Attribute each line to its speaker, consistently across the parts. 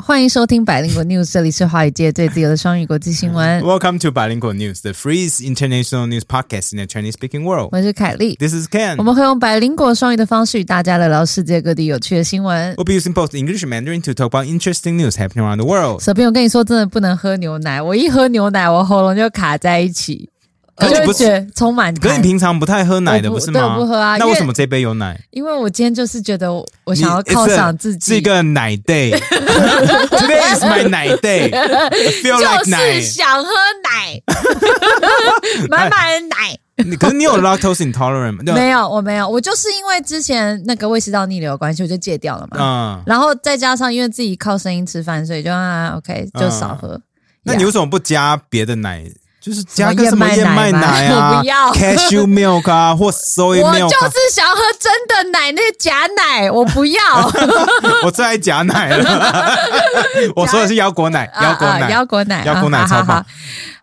Speaker 1: 欢迎收听百灵果 News，这里是华语界最自由的双语国际新闻。
Speaker 2: Welcome to Bilingual News, the freest international news podcast in the Chinese-speaking world.
Speaker 1: 我是凯莉，
Speaker 2: This is Ken.
Speaker 1: 我们会用百灵果双语的方式与大家聊聊世界各地有趣的新闻。
Speaker 2: We'll be using both English and Mandarin to talk about interesting news happening around the world.
Speaker 1: 小朋友跟你说，真的不能喝牛奶，我一喝牛奶，我喉咙就卡在一起，我
Speaker 2: 可是
Speaker 1: 就
Speaker 2: 你不
Speaker 1: 会
Speaker 2: 是
Speaker 1: 觉得充满
Speaker 2: 可是
Speaker 1: 痰
Speaker 2: 你。平常不太喝奶的，
Speaker 1: 我不
Speaker 2: 是吗？
Speaker 1: 对我不喝啊
Speaker 2: 那
Speaker 1: 因为
Speaker 2: 为什么这杯有奶？
Speaker 1: 因为我今天就是觉得我我
Speaker 2: 我
Speaker 1: 想要犒赏自
Speaker 2: 是一
Speaker 1: 己，
Speaker 2: 个奶 day. Today is my 奶 day. I feel
Speaker 1: 就
Speaker 2: like 奶
Speaker 1: 是。想喝 奶，满满的奶。
Speaker 2: 你可是你有 lactose intolerant 哎吗？对啊吧
Speaker 1: 没有，我没有，我就是因为之前那个胃食道逆流的关系，我就戒掉了嘛。
Speaker 2: 嗯，
Speaker 1: 然后再加上因为自己靠声音吃饭，所以就啊 OK 就少喝。
Speaker 2: 那你为什么不加别的奶？就是加个
Speaker 1: 什
Speaker 2: 什
Speaker 1: 么
Speaker 2: 么
Speaker 1: 燕
Speaker 2: 燕
Speaker 1: 麦
Speaker 2: 麦
Speaker 1: 奶
Speaker 2: 奶
Speaker 1: 吗
Speaker 2: 啊，
Speaker 1: 我不要
Speaker 2: cashew milk 啊，或 soy
Speaker 1: 我
Speaker 2: milk
Speaker 1: 就
Speaker 2: 啊。
Speaker 1: 是想喝真的奶，那个假奶我不 要。
Speaker 2: 我最爱假奶 了。我说的是腰果奶，腰果
Speaker 1: 啊
Speaker 2: 奶，
Speaker 1: 腰果奶，
Speaker 2: 腰果奶
Speaker 1: 啊好
Speaker 2: 超棒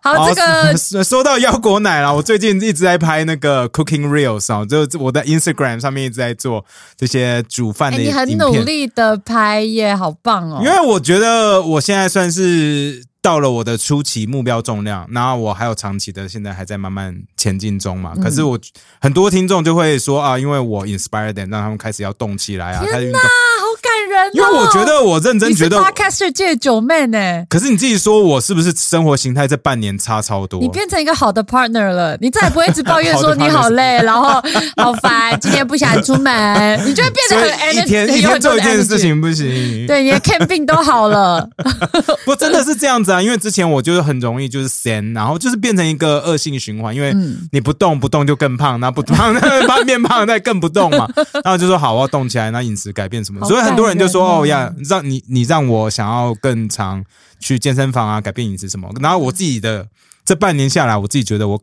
Speaker 1: 好好好，这个
Speaker 2: 哦说说到腰果奶啦，我最近一直在拍那个 cooking reels 啊，就是我的 Instagram 上面一直在做这些煮饭
Speaker 1: 哎，
Speaker 2: 的
Speaker 1: 你
Speaker 2: 影片。
Speaker 1: 很努力的拍耶，好棒哦
Speaker 2: 因！为我觉得我现在算是到了我的初期目标重量，然后我还有长期的，现在还在慢慢前进中
Speaker 1: 嗯
Speaker 2: 嘛。可是我很多听众就会说啊，因为我 inspire them，让他们开始要动起来啊，开始运动。
Speaker 1: 啊，好感人、哦。
Speaker 2: 因为我觉得我认真觉得
Speaker 1: 你是，Podcaster 界的九妹呢，
Speaker 2: 可是你自己说我是不是生活形态这半年差超多？
Speaker 1: 你变成一个好的 partner 了，你再也不会一直抱怨说
Speaker 2: 好的 partner
Speaker 1: 你好累，然后好烦，今天不想出门， 你就会变得
Speaker 2: 所
Speaker 1: 很
Speaker 2: 以
Speaker 1: energy，
Speaker 2: 一天一
Speaker 1: 有很多
Speaker 2: 天做一
Speaker 1: 的
Speaker 2: 件事
Speaker 1: energy
Speaker 2: 情不行，
Speaker 1: 对，你的 can 病都好了，
Speaker 2: 不真的是这样子啊，因为之前我就是很容易就是 sen，然后就是变成一个恶性循环，因为
Speaker 1: 嗯
Speaker 2: 你不动不动就更胖，然后不 胖胖变胖，再更不动 嘛，然后就说好我要动起来，那饮食改变什么，
Speaker 1: 好
Speaker 2: 所以很多人就
Speaker 1: 感人
Speaker 2: 说
Speaker 1: 哦
Speaker 2: 哦呀，让你你让我想要更常去健身房啊，改变饮食什么，然后我自己的这半年下来，我自己觉得我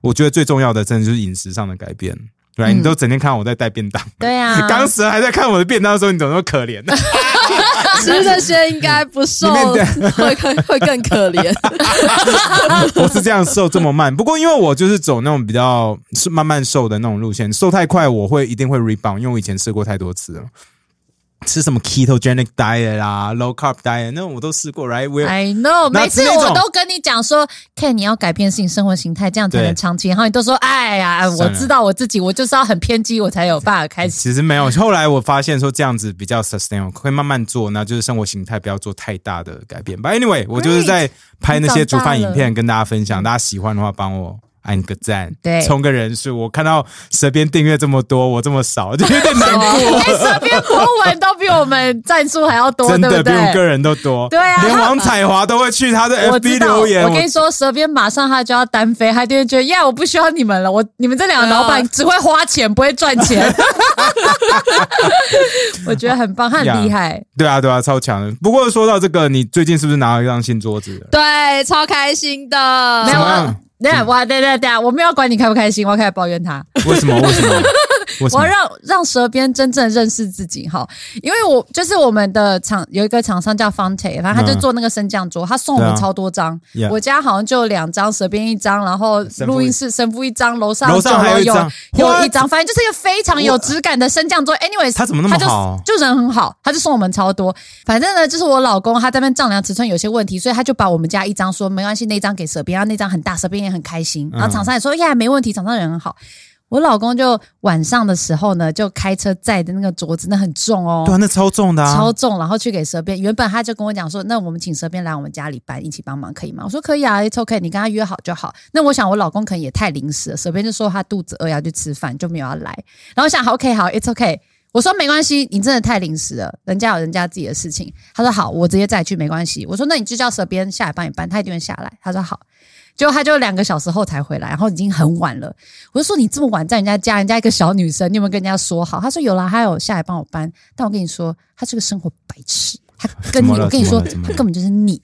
Speaker 2: 我觉得最重要的真的就是饮食上的改变。对、你都整天看我在带便当，
Speaker 1: 嗯对啊
Speaker 2: 刚蛇还在看我的便当的时候，你怎么那么可怜呢？
Speaker 3: 吃这些应该不瘦，
Speaker 2: 里
Speaker 3: 会更会更 可怜。
Speaker 2: 我是这样瘦这么慢，不过因为我就是走那种比较是慢慢瘦的那种路线，瘦太快我会一定会 rebound，因为我以前试过太多次了。吃什么 ketogenic diet 啦、low carb diet 那种我都试过，right？我也
Speaker 1: I know，
Speaker 2: 那
Speaker 1: 每次
Speaker 2: 那
Speaker 1: 我
Speaker 2: 种
Speaker 1: 都跟你讲说，Ken，你要改变性生活形态，这样才能
Speaker 2: 对
Speaker 1: 长期。然后你都说，哎呀，我
Speaker 2: 算了
Speaker 1: 知道我自己，我就是要很偏激，我才有办法开始。
Speaker 2: 其实没有。后来我发现说这样子比较 sustainable，会慢慢做，那就是生活形态不要做太大的改变。But anyway，我就是在拍那些煮饭影片跟大家分享，大家喜欢的话帮我。按个赞，
Speaker 1: 嗯对
Speaker 2: 冲个人数。我看到蛇边订阅这么多，我这么少， 就有点难过。
Speaker 1: 哎，身边博文都比我们战术还要多，
Speaker 2: 真
Speaker 1: 对
Speaker 2: 的
Speaker 1: 不
Speaker 2: 比我们
Speaker 1: 对？
Speaker 2: 个人都多。
Speaker 1: 对啊
Speaker 2: 连王彩华都会去他的
Speaker 1: 我知
Speaker 2: FB
Speaker 1: 道，
Speaker 2: 留言。
Speaker 1: 我跟你说，蛇边马上他就要单飞，他就会觉得，呀，我不需要你们了，我你们这两个
Speaker 2: 啊
Speaker 1: 老板
Speaker 3: 对
Speaker 1: 只会花钱，不会赚钱。 我觉得很棒，他很厉害。
Speaker 2: 对啊，对啊，超强的。不过说到这个，你最近是不是拿了一张新桌子？
Speaker 3: 对，超开心的。
Speaker 1: 没有
Speaker 2: 怎么
Speaker 1: 啊
Speaker 2: 样，
Speaker 1: 等一下，我等一下等一下，我没有管你开不开心，我要开始抱怨他。
Speaker 2: 为什么？为什么？为什
Speaker 1: 我要
Speaker 2: 么？
Speaker 1: 让让蛇边真正认识自己哈，因为我就是我们的厂有一个厂商叫 Fonte，反正他就做那个升降桌，他送我们
Speaker 2: 嗯对啊
Speaker 1: 超多张，
Speaker 2: Yeah
Speaker 1: 我家好像就有两张，蛇边一张，然后
Speaker 2: 神父
Speaker 1: 录音室神父一张，楼上
Speaker 2: 楼上
Speaker 1: 九
Speaker 2: 还有一
Speaker 1: 有
Speaker 2: 张
Speaker 1: 有
Speaker 2: What？
Speaker 1: 一张，反正就是一个非常有质感的升降桌。Anyways，
Speaker 2: 他怎么那么好
Speaker 1: 就就人很好，他就送我们超多。反正呢，就是我老公他在那边丈量尺寸有些问题，所以他就把我们家一张说没关系，那张给蛇边，然后那张很大，蛇边也很开心。然后厂商
Speaker 2: 嗯
Speaker 1: 也说呀没问题，厂商人很好。我老公就晚上的时候呢，就开车载的那个桌子，那很重哦，
Speaker 2: 对啊，那超重的啊，
Speaker 1: 超重，然后去给蛇边。原本他就跟我讲说，那我们请蛇边来我们家里搬，一起帮忙可以吗？我说可以啊，It's OK，你跟他约好就好。那我想我老公可能也太临时了，蛇边就说他肚子饿要去吃饭，就没有要来。然后我想好 OK 好，It's OK。我说没关系，你真的太临时了，人家有人家自己的事情。他说好，我直接再去没关系。我说那你就叫蛇边下来帮你搬，他一定会下来。他说好。结果他就两个小时后才回来，然后已经很晚了。我就说你这么晚在人家家，人家一个小女生，你有没有跟人家说好？他说有啦，他有下来帮我搬。但我跟你说，他是个生活白痴，他跟你
Speaker 2: 怎么了
Speaker 1: 我跟你说，
Speaker 2: 怎么了怎么
Speaker 1: 他
Speaker 2: 了
Speaker 1: 根本就是你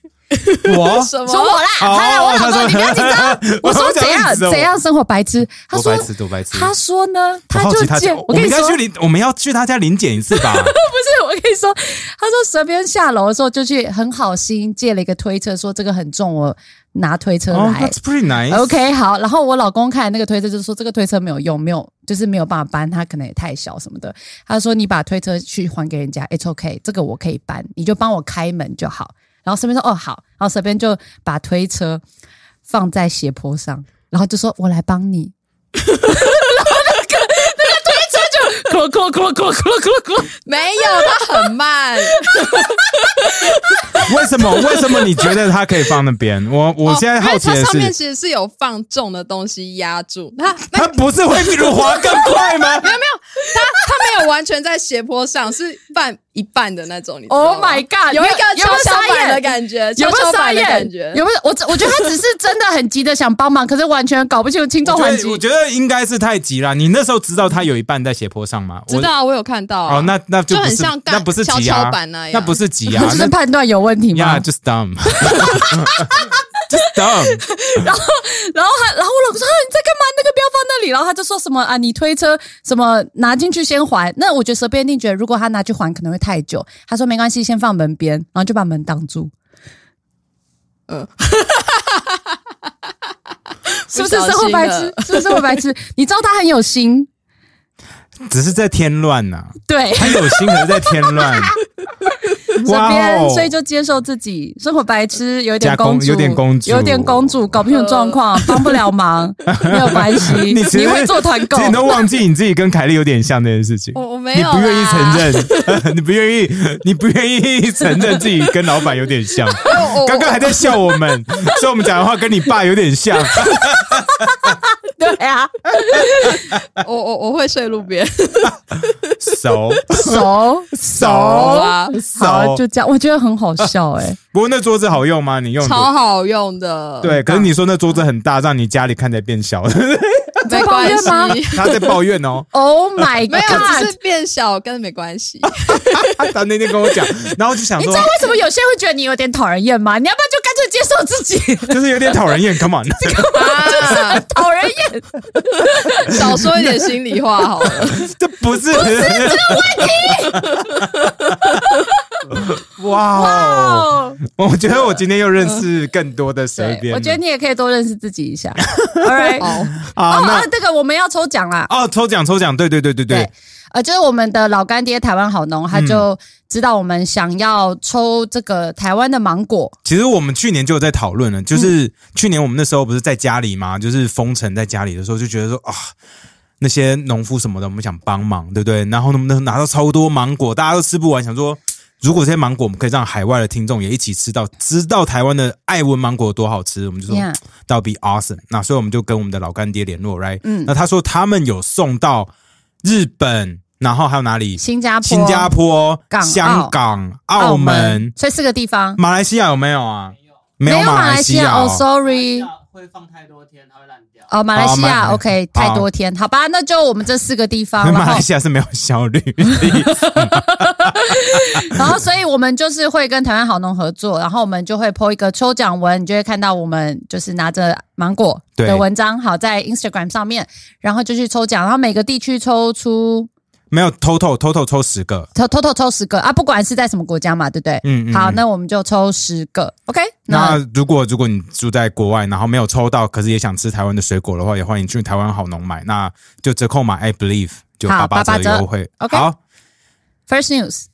Speaker 2: 我
Speaker 3: 什
Speaker 1: 说
Speaker 3: 么？
Speaker 1: 我啦，
Speaker 2: 哦
Speaker 1: 他啦，我老
Speaker 2: 他
Speaker 1: 公，
Speaker 2: 说
Speaker 1: 你不 要紧张。我说
Speaker 2: 我想
Speaker 1: 怎样
Speaker 2: 你知道我
Speaker 1: 怎样生活白痴，他
Speaker 2: 多
Speaker 1: 说
Speaker 2: 哦白痴，多白痴。
Speaker 1: 他说呢，
Speaker 2: 我
Speaker 1: 他
Speaker 2: 好
Speaker 1: 就
Speaker 2: 奇他哦
Speaker 1: 见
Speaker 2: 我
Speaker 1: 跟
Speaker 2: 们
Speaker 1: 你
Speaker 2: 应
Speaker 1: 说
Speaker 2: 该去领，我们要去他家临检一次吧？
Speaker 1: 不是我跟你说，他说蛇鞭下楼的时候就去很好心借了一个推车，说这个很重，我拿推车
Speaker 2: 哦、
Speaker 1: 来
Speaker 2: oh,，That's。pretty nice。
Speaker 1: OK，好。然后我老公看那个推车，就是说这个推车没有用，没有，就是没有办法搬，他可能也太小什么的。他说你把推车去还给人家，It's OK，这个我可以搬，你就帮我开门就好。然后蛇边说哦好，然后蛇边就把推车放在斜坡上，然后就说我来帮你。然后那个那个推车就咕噜咕噜咕噜咕噜咕噜咕噜咕噜。
Speaker 3: 没有，它 很慢，
Speaker 2: 为什么？为什么你觉得它可以放那边？我我现在好奇
Speaker 3: 哦因为
Speaker 2: 的
Speaker 3: 它上面
Speaker 2: 是，
Speaker 3: 其实是有放重的东西压住它，它
Speaker 2: 它不是会比如滑更快吗？
Speaker 3: 它没有完全在斜坡上，是半一半的那种，你知道
Speaker 1: Oh
Speaker 3: 吗
Speaker 1: my god！
Speaker 3: 有一个
Speaker 1: 有没有
Speaker 3: 跷
Speaker 1: 傻
Speaker 3: 跷板的
Speaker 1: 眼？
Speaker 3: 感觉，
Speaker 1: 有
Speaker 3: 跷
Speaker 1: 没有
Speaker 3: 跷
Speaker 1: 傻
Speaker 3: 板的
Speaker 1: 眼？
Speaker 3: 感觉，
Speaker 1: 有没有？我我觉得他只是真的很急的想帮忙，可是完全搞不清楚轻重
Speaker 2: 我
Speaker 1: 缓
Speaker 2: 觉
Speaker 1: 急
Speaker 2: 得。我觉得应该是太急了。你那时候知道它有一半在斜坡上吗？我
Speaker 3: 知。道啊我有看到啊
Speaker 2: 哦，那那就
Speaker 3: 就
Speaker 2: 不
Speaker 3: 很
Speaker 2: 是
Speaker 3: 像，
Speaker 2: 那
Speaker 3: 干
Speaker 2: 不是
Speaker 3: 跷
Speaker 2: 急啊
Speaker 3: 跷板那，样
Speaker 2: 那不是急啊
Speaker 1: 那，就是
Speaker 2: 那
Speaker 1: 判断有问题嘛
Speaker 2: Yeah,。just dumb. just dumb.
Speaker 1: 然后他，然后我老公说：“啊，你在干嘛？那个不要放那里。”然后他就说什么啊，你推车什么拿进去先还。那我觉得蛇鞭一定觉得，如果他拿去还可能会太久。他说没关系，先放门边，然后就把门挡住。
Speaker 3: 嗯
Speaker 1: 呃是 不是生活白痴？是不是生活白痴？你知道他很有心，
Speaker 2: 只是在添乱呐、
Speaker 1: 对。
Speaker 2: 他有心，可是在添 乱。
Speaker 1: 这边，
Speaker 2: 哦
Speaker 1: 所以就接受自己生活白痴，有一点
Speaker 2: 加工
Speaker 1: 公主，
Speaker 2: 有点公主
Speaker 1: 有点公主，搞不清楚状 况，帮不了忙，没有关 系。
Speaker 2: 你其实
Speaker 1: 会做团购
Speaker 2: 其，实你都忘记你自己跟凯莉有点像这件事情。
Speaker 3: 我我没
Speaker 2: 你
Speaker 3: 有啦，
Speaker 2: 不愿意承 认，你不愿意，你不愿意承认自己跟老板有点像。
Speaker 3: 我。我
Speaker 2: 刚刚还在笑我们，说我们讲的话跟你爸有点像。
Speaker 1: 对啊，
Speaker 3: 我我我会睡路边，
Speaker 2: 熟
Speaker 1: 熟
Speaker 2: 熟
Speaker 3: 好啊，
Speaker 1: 好，就
Speaker 2: 熟。
Speaker 1: 这样，我觉得很好笑哎、
Speaker 2: 不过那桌子好用吗？你用
Speaker 3: 超
Speaker 2: 的
Speaker 3: 好用的，，
Speaker 2: 对，可是你说那桌子
Speaker 1: 嗯
Speaker 2: 很大，让你家里看起来变小。
Speaker 3: 没
Speaker 1: 抱
Speaker 3: 关
Speaker 1: 怨
Speaker 3: 系，
Speaker 1: 吗
Speaker 2: 他在抱怨哦，
Speaker 1: Oh my
Speaker 3: 没有，只
Speaker 1: god！
Speaker 3: 是变小，跟没 关系。
Speaker 2: 他那天跟我讲，然后我就想
Speaker 1: 你
Speaker 2: 说
Speaker 1: 知道，为什么有些人会觉得你有点讨人厌吗？你要不要就干脆接受自己，
Speaker 2: 就是有点讨人厌，Come on。
Speaker 3: 啊，
Speaker 1: 讨人厌
Speaker 3: 少说一点心里话好了。
Speaker 2: 这不是不是这个问题。 哇哦！
Speaker 1: 哦。
Speaker 2: 我觉得我今天又认识更多的蛇
Speaker 1: 对
Speaker 2: 鞭，了。
Speaker 1: 我觉得你也可以多认识自己一下。All right，哦
Speaker 3: 好，
Speaker 2: 啊，
Speaker 1: 啊
Speaker 2: 那，
Speaker 1: 这个我们要抽奖啦。
Speaker 2: 哦，抽奖抽奖，对对对对对
Speaker 1: 对，呃，就是我们的老干爹台湾好农，
Speaker 2: 嗯
Speaker 1: 他就知道我们想要抽这个台湾的芒果，
Speaker 2: 其实我们去年就有在讨论了，就是去年我们那时候不是在家里嘛，就是封城在家里的时候，就觉得说啊。那些农夫什么的，我们想帮忙，对不对？然后能不能拿到超多芒果，大家都吃不完，想说如果这些芒果我们可以让海外的听众也一起吃到，知道台湾的爱文芒果多好吃，我们就说
Speaker 1: Yeah.
Speaker 2: that'll be awesome。那所以我们就跟我们的老干爹联络，right？嗯，那他说他们有送到日本，然后还有哪里？
Speaker 1: 新加坡、
Speaker 2: 新加坡、
Speaker 1: 港澳
Speaker 2: 香港、
Speaker 1: 澳
Speaker 2: 澳门、
Speaker 1: 所以四个地方
Speaker 2: 马来西亚有没有啊？没
Speaker 1: 有
Speaker 2: 马
Speaker 1: 来
Speaker 2: 西
Speaker 1: 亚
Speaker 2: 哦
Speaker 1: 哦，sorry。
Speaker 4: 会放太多天，它会烂掉。
Speaker 1: 哦，马来西亚、
Speaker 2: 好
Speaker 1: OK，
Speaker 2: 马来
Speaker 1: 太多天，好吧，那就我们这四个地方，
Speaker 2: 因为
Speaker 1: 然
Speaker 2: 马
Speaker 1: 后
Speaker 2: 来西亚是没有效率。
Speaker 1: 然后所以我们就是会跟台湾好农合作，然后我们就会 po 一个抽奖文，你就会看到我们就是拿着芒果
Speaker 2: 对
Speaker 1: 的文章，好在 Instagram 上面，然后就去抽奖，然后每个地区抽出
Speaker 2: 没有 total total 抽十个，
Speaker 1: 抽 total 抽十个啊，不管是在什么国家嘛，对不对？
Speaker 2: 嗯嗯
Speaker 1: 好，
Speaker 2: 嗯
Speaker 1: 那我们就抽十个，OK？
Speaker 2: 那
Speaker 1: 那
Speaker 2: 如果如果你住在国外，然后没有抽到，可是也想吃台湾的水果的话，也欢迎去台湾好农买，那就折扣码 I believe 就
Speaker 1: 好
Speaker 2: 八
Speaker 1: 八折
Speaker 2: 折优惠。
Speaker 1: OK
Speaker 2: 好。
Speaker 1: first news，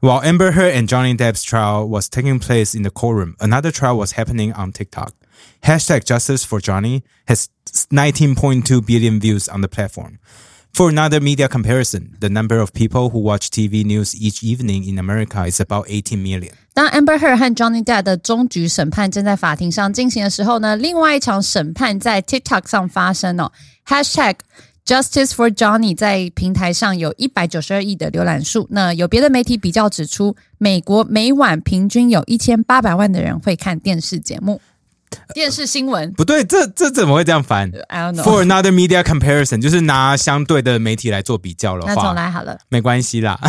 Speaker 2: While Amber Heard and Johnny Depp's trial was taking place in the courtroom, another trial was happening on TikTok. Hashtag justice for Johnny has 19.2 billion views on the platform. For another media comparison, the number of people who watch TV news each evening in America is about 18 million.
Speaker 1: 当 Amber Heard 和 Johnny Depp 的终局审判正在法庭上进行的时候呢，另外一场审判在 TikTok 上发生哦。Hashtag Justice for Johnny 在平台上有一百九十二亿的浏览数。那有别的媒体比较指出，美国每晚平均有一千八百万的人会看电视节
Speaker 2: 呃
Speaker 1: 目、电视新闻。
Speaker 2: 不对，这这怎么会这样翻
Speaker 1: I don't know。
Speaker 2: ？For another media comparison，就是拿相对的媒体来做比较的话，
Speaker 1: 那重来好了。
Speaker 2: 没关系啦。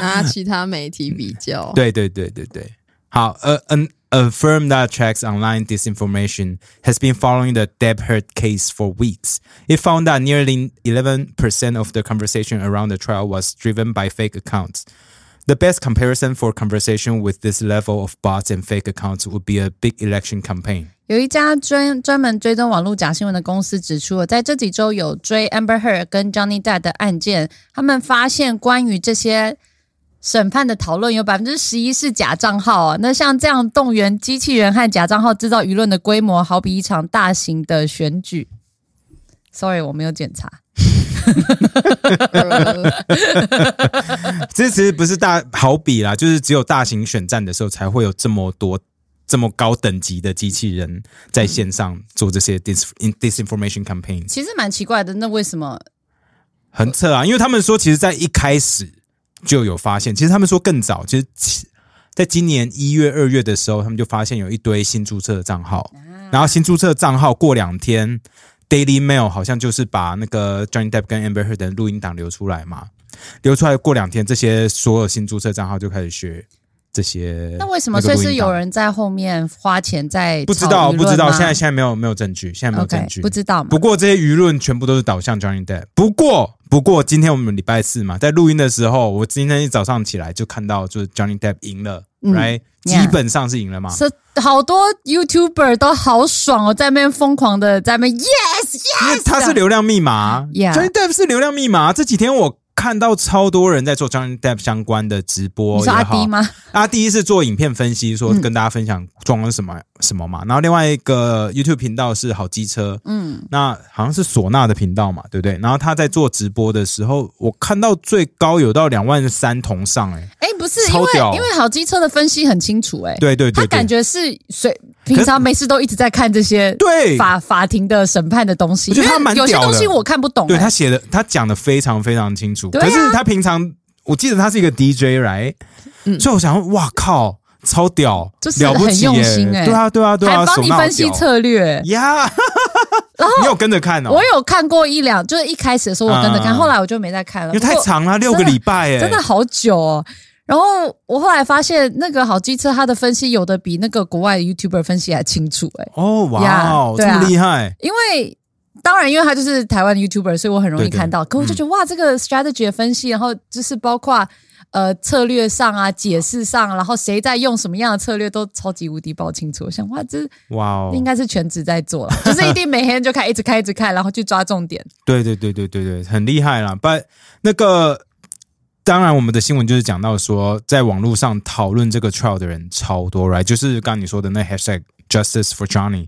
Speaker 3: 拿其他媒体比较，
Speaker 2: 对对对对对。好，a an a firm that tracks online disinformation has been following the Deb Heard case for weeks. It found that nearly 11% of the conversation around the trial was driven by fake accounts. The best comparison for conversation with this level of bots and fake accounts would be a big election campaign.
Speaker 1: 有一家专专门追踪网络假新闻的公司指出，在这几周有追 Amber Heard 跟 Johnny Depp 的案件，他们发现关于这些审判的讨论有百分之十一是假账号啊。那像这样动员机器人和假账号制造舆论的规模，好比一场大型的选举。Sorry，我没有检查。
Speaker 2: 这其实不是大好比啦，就是只有大型选战的时候才会有这么多这么高等级的机器人在线上做这些 dis in- disinformation campaigns
Speaker 1: 其实蛮奇怪的，那为什么？
Speaker 2: 哎很扯啊，因为他们说其实，在一开始就有发现，其实他们说更早，其实其在今年一月、二月的时候，他们就发现有一堆新注册的账号，
Speaker 1: 啊
Speaker 2: 然后新注册的账号过两天，Daily Mail 好像就是把那个 Johnny Depp 跟 Amber Heard 的录音档流出来嘛，流出来过两天，这些所有新注册账号就开始学这些个录音档。
Speaker 1: 那为什么？所以是有人在后面花钱在
Speaker 2: 不知
Speaker 1: 炒
Speaker 2: 道？
Speaker 1: 舆
Speaker 2: 不知
Speaker 1: 论
Speaker 2: 道，
Speaker 1: 吗
Speaker 2: 现在现在没有没有证据，现在没有
Speaker 1: OK，
Speaker 2: 证据
Speaker 1: 不知道嘛？
Speaker 2: 不过这些舆论全部都是导向 Johnny Depp。不过，不过今天我们礼拜四嘛，在录音的时候，我今天一早上起来就看到，就是 Johnny Depp 赢了、
Speaker 1: 嗯
Speaker 2: r i g h t
Speaker 1: yeah
Speaker 2: 基本上是赢了嘛。
Speaker 1: 是好多 YouTuber 都好爽哦，在那边疯狂的在那边 Yes Yes，
Speaker 2: 因为他是流量密码
Speaker 1: Yeah
Speaker 2: Johnny Depp 是流量密码。这几天我看到超多人在做 Johnny Depp 相关的直播
Speaker 1: 你
Speaker 2: 也
Speaker 1: 说
Speaker 2: 好，
Speaker 1: 阿迪吗？
Speaker 2: 阿迪是做影片分析，说
Speaker 1: 嗯
Speaker 2: 跟大家分享状况是什么、什么嘛。然后另外一个 YouTube 频道是好机车，嗯，那好像是唢呐的频道嘛，对不对？然后他在做直播的时候，我看到最高有到两万三同上、欸，哎，
Speaker 1: 哎，不是，因
Speaker 2: 超
Speaker 1: 为
Speaker 2: 屌
Speaker 1: 因为好机车的分析很清楚，哎，
Speaker 2: 对对
Speaker 1: 他
Speaker 2: 对
Speaker 1: 感
Speaker 2: 对，
Speaker 1: 觉是随平常没事都一直在看这些
Speaker 2: 对
Speaker 1: 法法庭的审判的东西，
Speaker 2: 我觉得他蛮
Speaker 1: 因为有些
Speaker 2: 屌的
Speaker 1: 东西我看不懂，
Speaker 2: 对
Speaker 1: 哎
Speaker 2: 他写的，他讲的非常非常清楚。
Speaker 1: 对啊
Speaker 2: 可是他平常，我记得他是一个 DJ right，、所以我想说，哇靠，超
Speaker 1: 嗯
Speaker 2: 屌，
Speaker 1: 就是
Speaker 2: 了不
Speaker 1: 很
Speaker 2: 起、
Speaker 1: 用
Speaker 2: 耶
Speaker 1: 心欸
Speaker 2: 对啊对啊对啊，
Speaker 1: 还帮
Speaker 2: 唢
Speaker 1: 你
Speaker 2: 呐好
Speaker 1: 分析
Speaker 2: 屌
Speaker 1: 策略。
Speaker 2: 呀，然后 你有跟着看哦，
Speaker 1: 我有看过一两，就是一开始的时候我跟着看，
Speaker 2: 嗯
Speaker 1: 后来我就没再看了，
Speaker 2: 因为
Speaker 1: 不
Speaker 2: 太
Speaker 1: 过
Speaker 2: 长了，六个
Speaker 1: 真的
Speaker 2: 礼拜哎，
Speaker 1: 真的好久哦。然后我后来发现，那个好机车它的分析有的比那个国外的 YouTuber 分析还清楚哎、
Speaker 2: 哦，哇哦，
Speaker 1: 对
Speaker 2: 这
Speaker 1: 啊
Speaker 2: 么厉害！
Speaker 1: 因为当然，因为他就是台湾的 YouTuber，所以我很容易
Speaker 2: 对对嗯
Speaker 1: 看到。可我就觉得、哇，这个 strategy 的分析，然后就是包括呃策略上啊、解释上，然后谁在用什么样的策略，都超级无敌爆清楚。我想哇，这
Speaker 2: 哇哦
Speaker 1: 应，该是全职在做了，就是一定每天就看，一直看，一直看，然后去抓重点。
Speaker 2: 对对对对对对，很厉害啦。但那个，当然我们的新闻就是讲到说，在网络上讨论这个 trial 的人超多，right？就是刚刚你说的那 hashtag justice for Johnny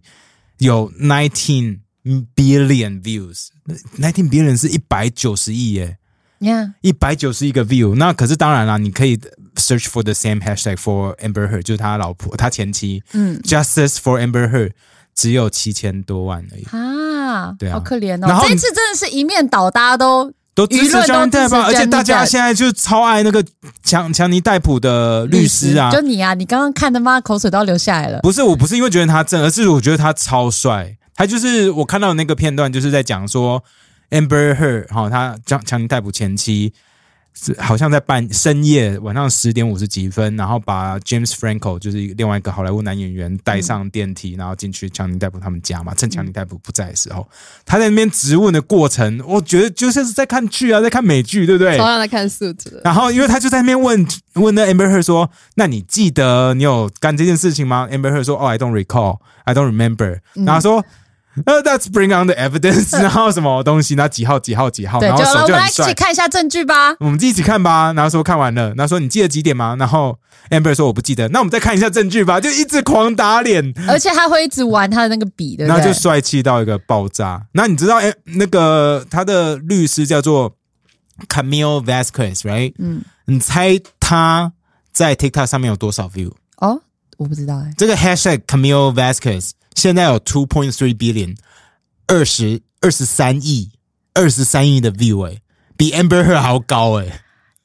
Speaker 2: 有 nineteen billion views，nineteen billion 是一百九十亿耶。
Speaker 1: 你看，
Speaker 2: 一百九十一个 view。那可是当然啦，你可以 search for the same hashtag for Amber Heard，就是他老婆，他前妻，嗯，Justice for Amber Heard 只有七千多万而已，
Speaker 1: 啊，
Speaker 2: 对啊
Speaker 1: 好可怜
Speaker 2: 然
Speaker 1: 哦！
Speaker 2: 后
Speaker 1: 这一次真的是一面倒，大家都
Speaker 2: 都支持
Speaker 1: 舆论都支
Speaker 2: Johnny Depp，
Speaker 1: 持
Speaker 2: 啊而且
Speaker 1: Johnny
Speaker 2: 大家
Speaker 1: Depp
Speaker 2: 现在就超爱那个强强尼戴普的律师啊。
Speaker 1: 就你啊，你刚刚看的妈口水都要流下来了。
Speaker 2: 不是，我不是因为觉得他正，而是我觉得他超帅。他就是我看到那个片段，就是在讲说 Amber Heard 哈、他强强尼戴普前妻是好像在半深夜晚上十点五十几分，然后把 James Franco 就是另外一个好莱坞男演员带上电梯，然后进去强尼戴普他们家嘛，趁强尼戴普不在的时候，他在那边质问的过程，我觉得就像是在看剧啊，在看美剧，对不对？
Speaker 3: 同样在看 Suits 的。
Speaker 2: 然后，因为他就在那边问问那 Amber Heard 说：“那你记得你有干这件事情吗？”Amber Heard 说：“哦、i don't recall, I don't remember。然
Speaker 1: 嗯
Speaker 2: 后说：“呃、t h a t s bring on the evidence。” 然后什么东西？那几号几号几号？
Speaker 1: 对，
Speaker 2: 然后
Speaker 1: 就
Speaker 2: 手
Speaker 1: 我
Speaker 2: 就
Speaker 1: 们来
Speaker 2: 很
Speaker 1: 一起
Speaker 2: 帅。
Speaker 1: 看一下证据吧。
Speaker 2: 我们一起看吧。然后说看完了，然后说你记得几点吗？然后 Amber 说我不记得。那我们再看一下证据吧，就一直狂打脸，
Speaker 1: 而且他会一直玩他的那个笔，对不
Speaker 2: 然后
Speaker 1: 对
Speaker 2: 就？帅气到一个爆炸。那你知道，哎，那个他的律师叫做 Camille Vasquez，right？嗯，你猜他在 TikTok 上面有多少 view？
Speaker 1: 哦，我不知道哎、
Speaker 2: 这个 hashtag Camille Vasquez 现在有 two point three billion，二十二十三亿，二十三亿的 view，哎、比 Amber Heard 还要高哎、！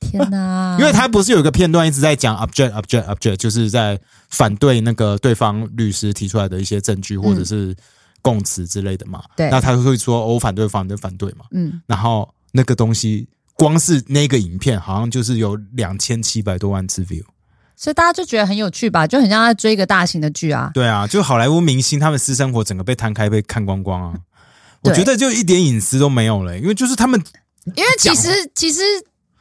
Speaker 1: 天哪
Speaker 2: 因为他不是有一个片段一直在讲 object object object，就是在反对那个对方律师提出来的一些证据或者是供词之类的嘛。
Speaker 1: 对
Speaker 2: 那他就会说、哦我反对，反对，反对嘛。
Speaker 1: 嗯，
Speaker 2: 然后那个东西，光是那个影片好像就是有两千七百多万次 view。
Speaker 1: 所以大家就觉得很有趣吧，就很像在追一个大型的剧啊。
Speaker 2: 对啊，就好莱坞明星他们私生活整个被摊开，被看光光啊。我
Speaker 1: 对
Speaker 2: 觉得就一点隐私都没有了、因为就是他们
Speaker 1: 因为其实其实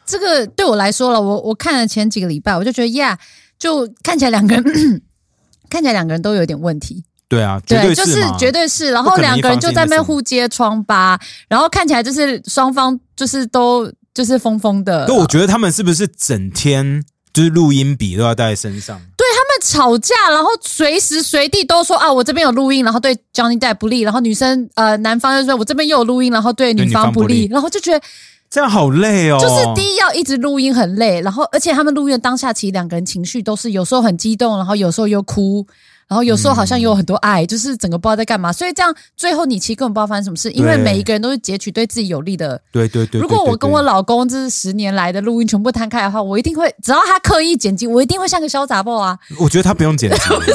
Speaker 1: 这个对我来说了，我我看了前几个礼拜，我就觉得呀，就看起来两个人 看起来两个人都有点问题，
Speaker 2: 对啊，绝
Speaker 1: 对，就是
Speaker 2: 嘛
Speaker 1: 绝对是。然
Speaker 2: 不
Speaker 1: 后
Speaker 2: 可能
Speaker 1: 两
Speaker 2: 一
Speaker 1: 个人
Speaker 2: 方
Speaker 1: 就
Speaker 2: 是
Speaker 1: 在那边
Speaker 2: innocent
Speaker 1: 互揭疮疤，然后看起来就是双方就是都就是疯疯的。
Speaker 2: 可我觉得他们是不是整天就是录音笔都要带在身上？
Speaker 1: 他们吵架，然后随时随地都说啊，我这边有录音，然后对 Johnny Depp 不利，然后女生呃男方就说我这边又有录音，然后对
Speaker 2: 对
Speaker 1: 女
Speaker 2: 女方
Speaker 1: 方不
Speaker 2: 不
Speaker 1: 利，
Speaker 2: 利
Speaker 1: 然后就觉得
Speaker 2: 这样好累哦。
Speaker 1: 就是第一要一直录音很累，然后而且他们录音的当下其实两个人情绪都是有时候很激动，然后有时候又哭。然后有时候好像有很多爱，就是整个不知道在干嘛，所以这样最后你其实根本不知道发生什么事，因为
Speaker 2: 对
Speaker 1: 每一个人都是截取对自己有利的
Speaker 2: 对对对对
Speaker 1: 如果我跟我
Speaker 2: 对
Speaker 1: 老公这十年来的录音全部摊开的话，我一定会，只要他刻意剪辑，我一定会像个潇洒 boy 啊！
Speaker 2: 对我觉得他不用剪辑。
Speaker 1: 是我说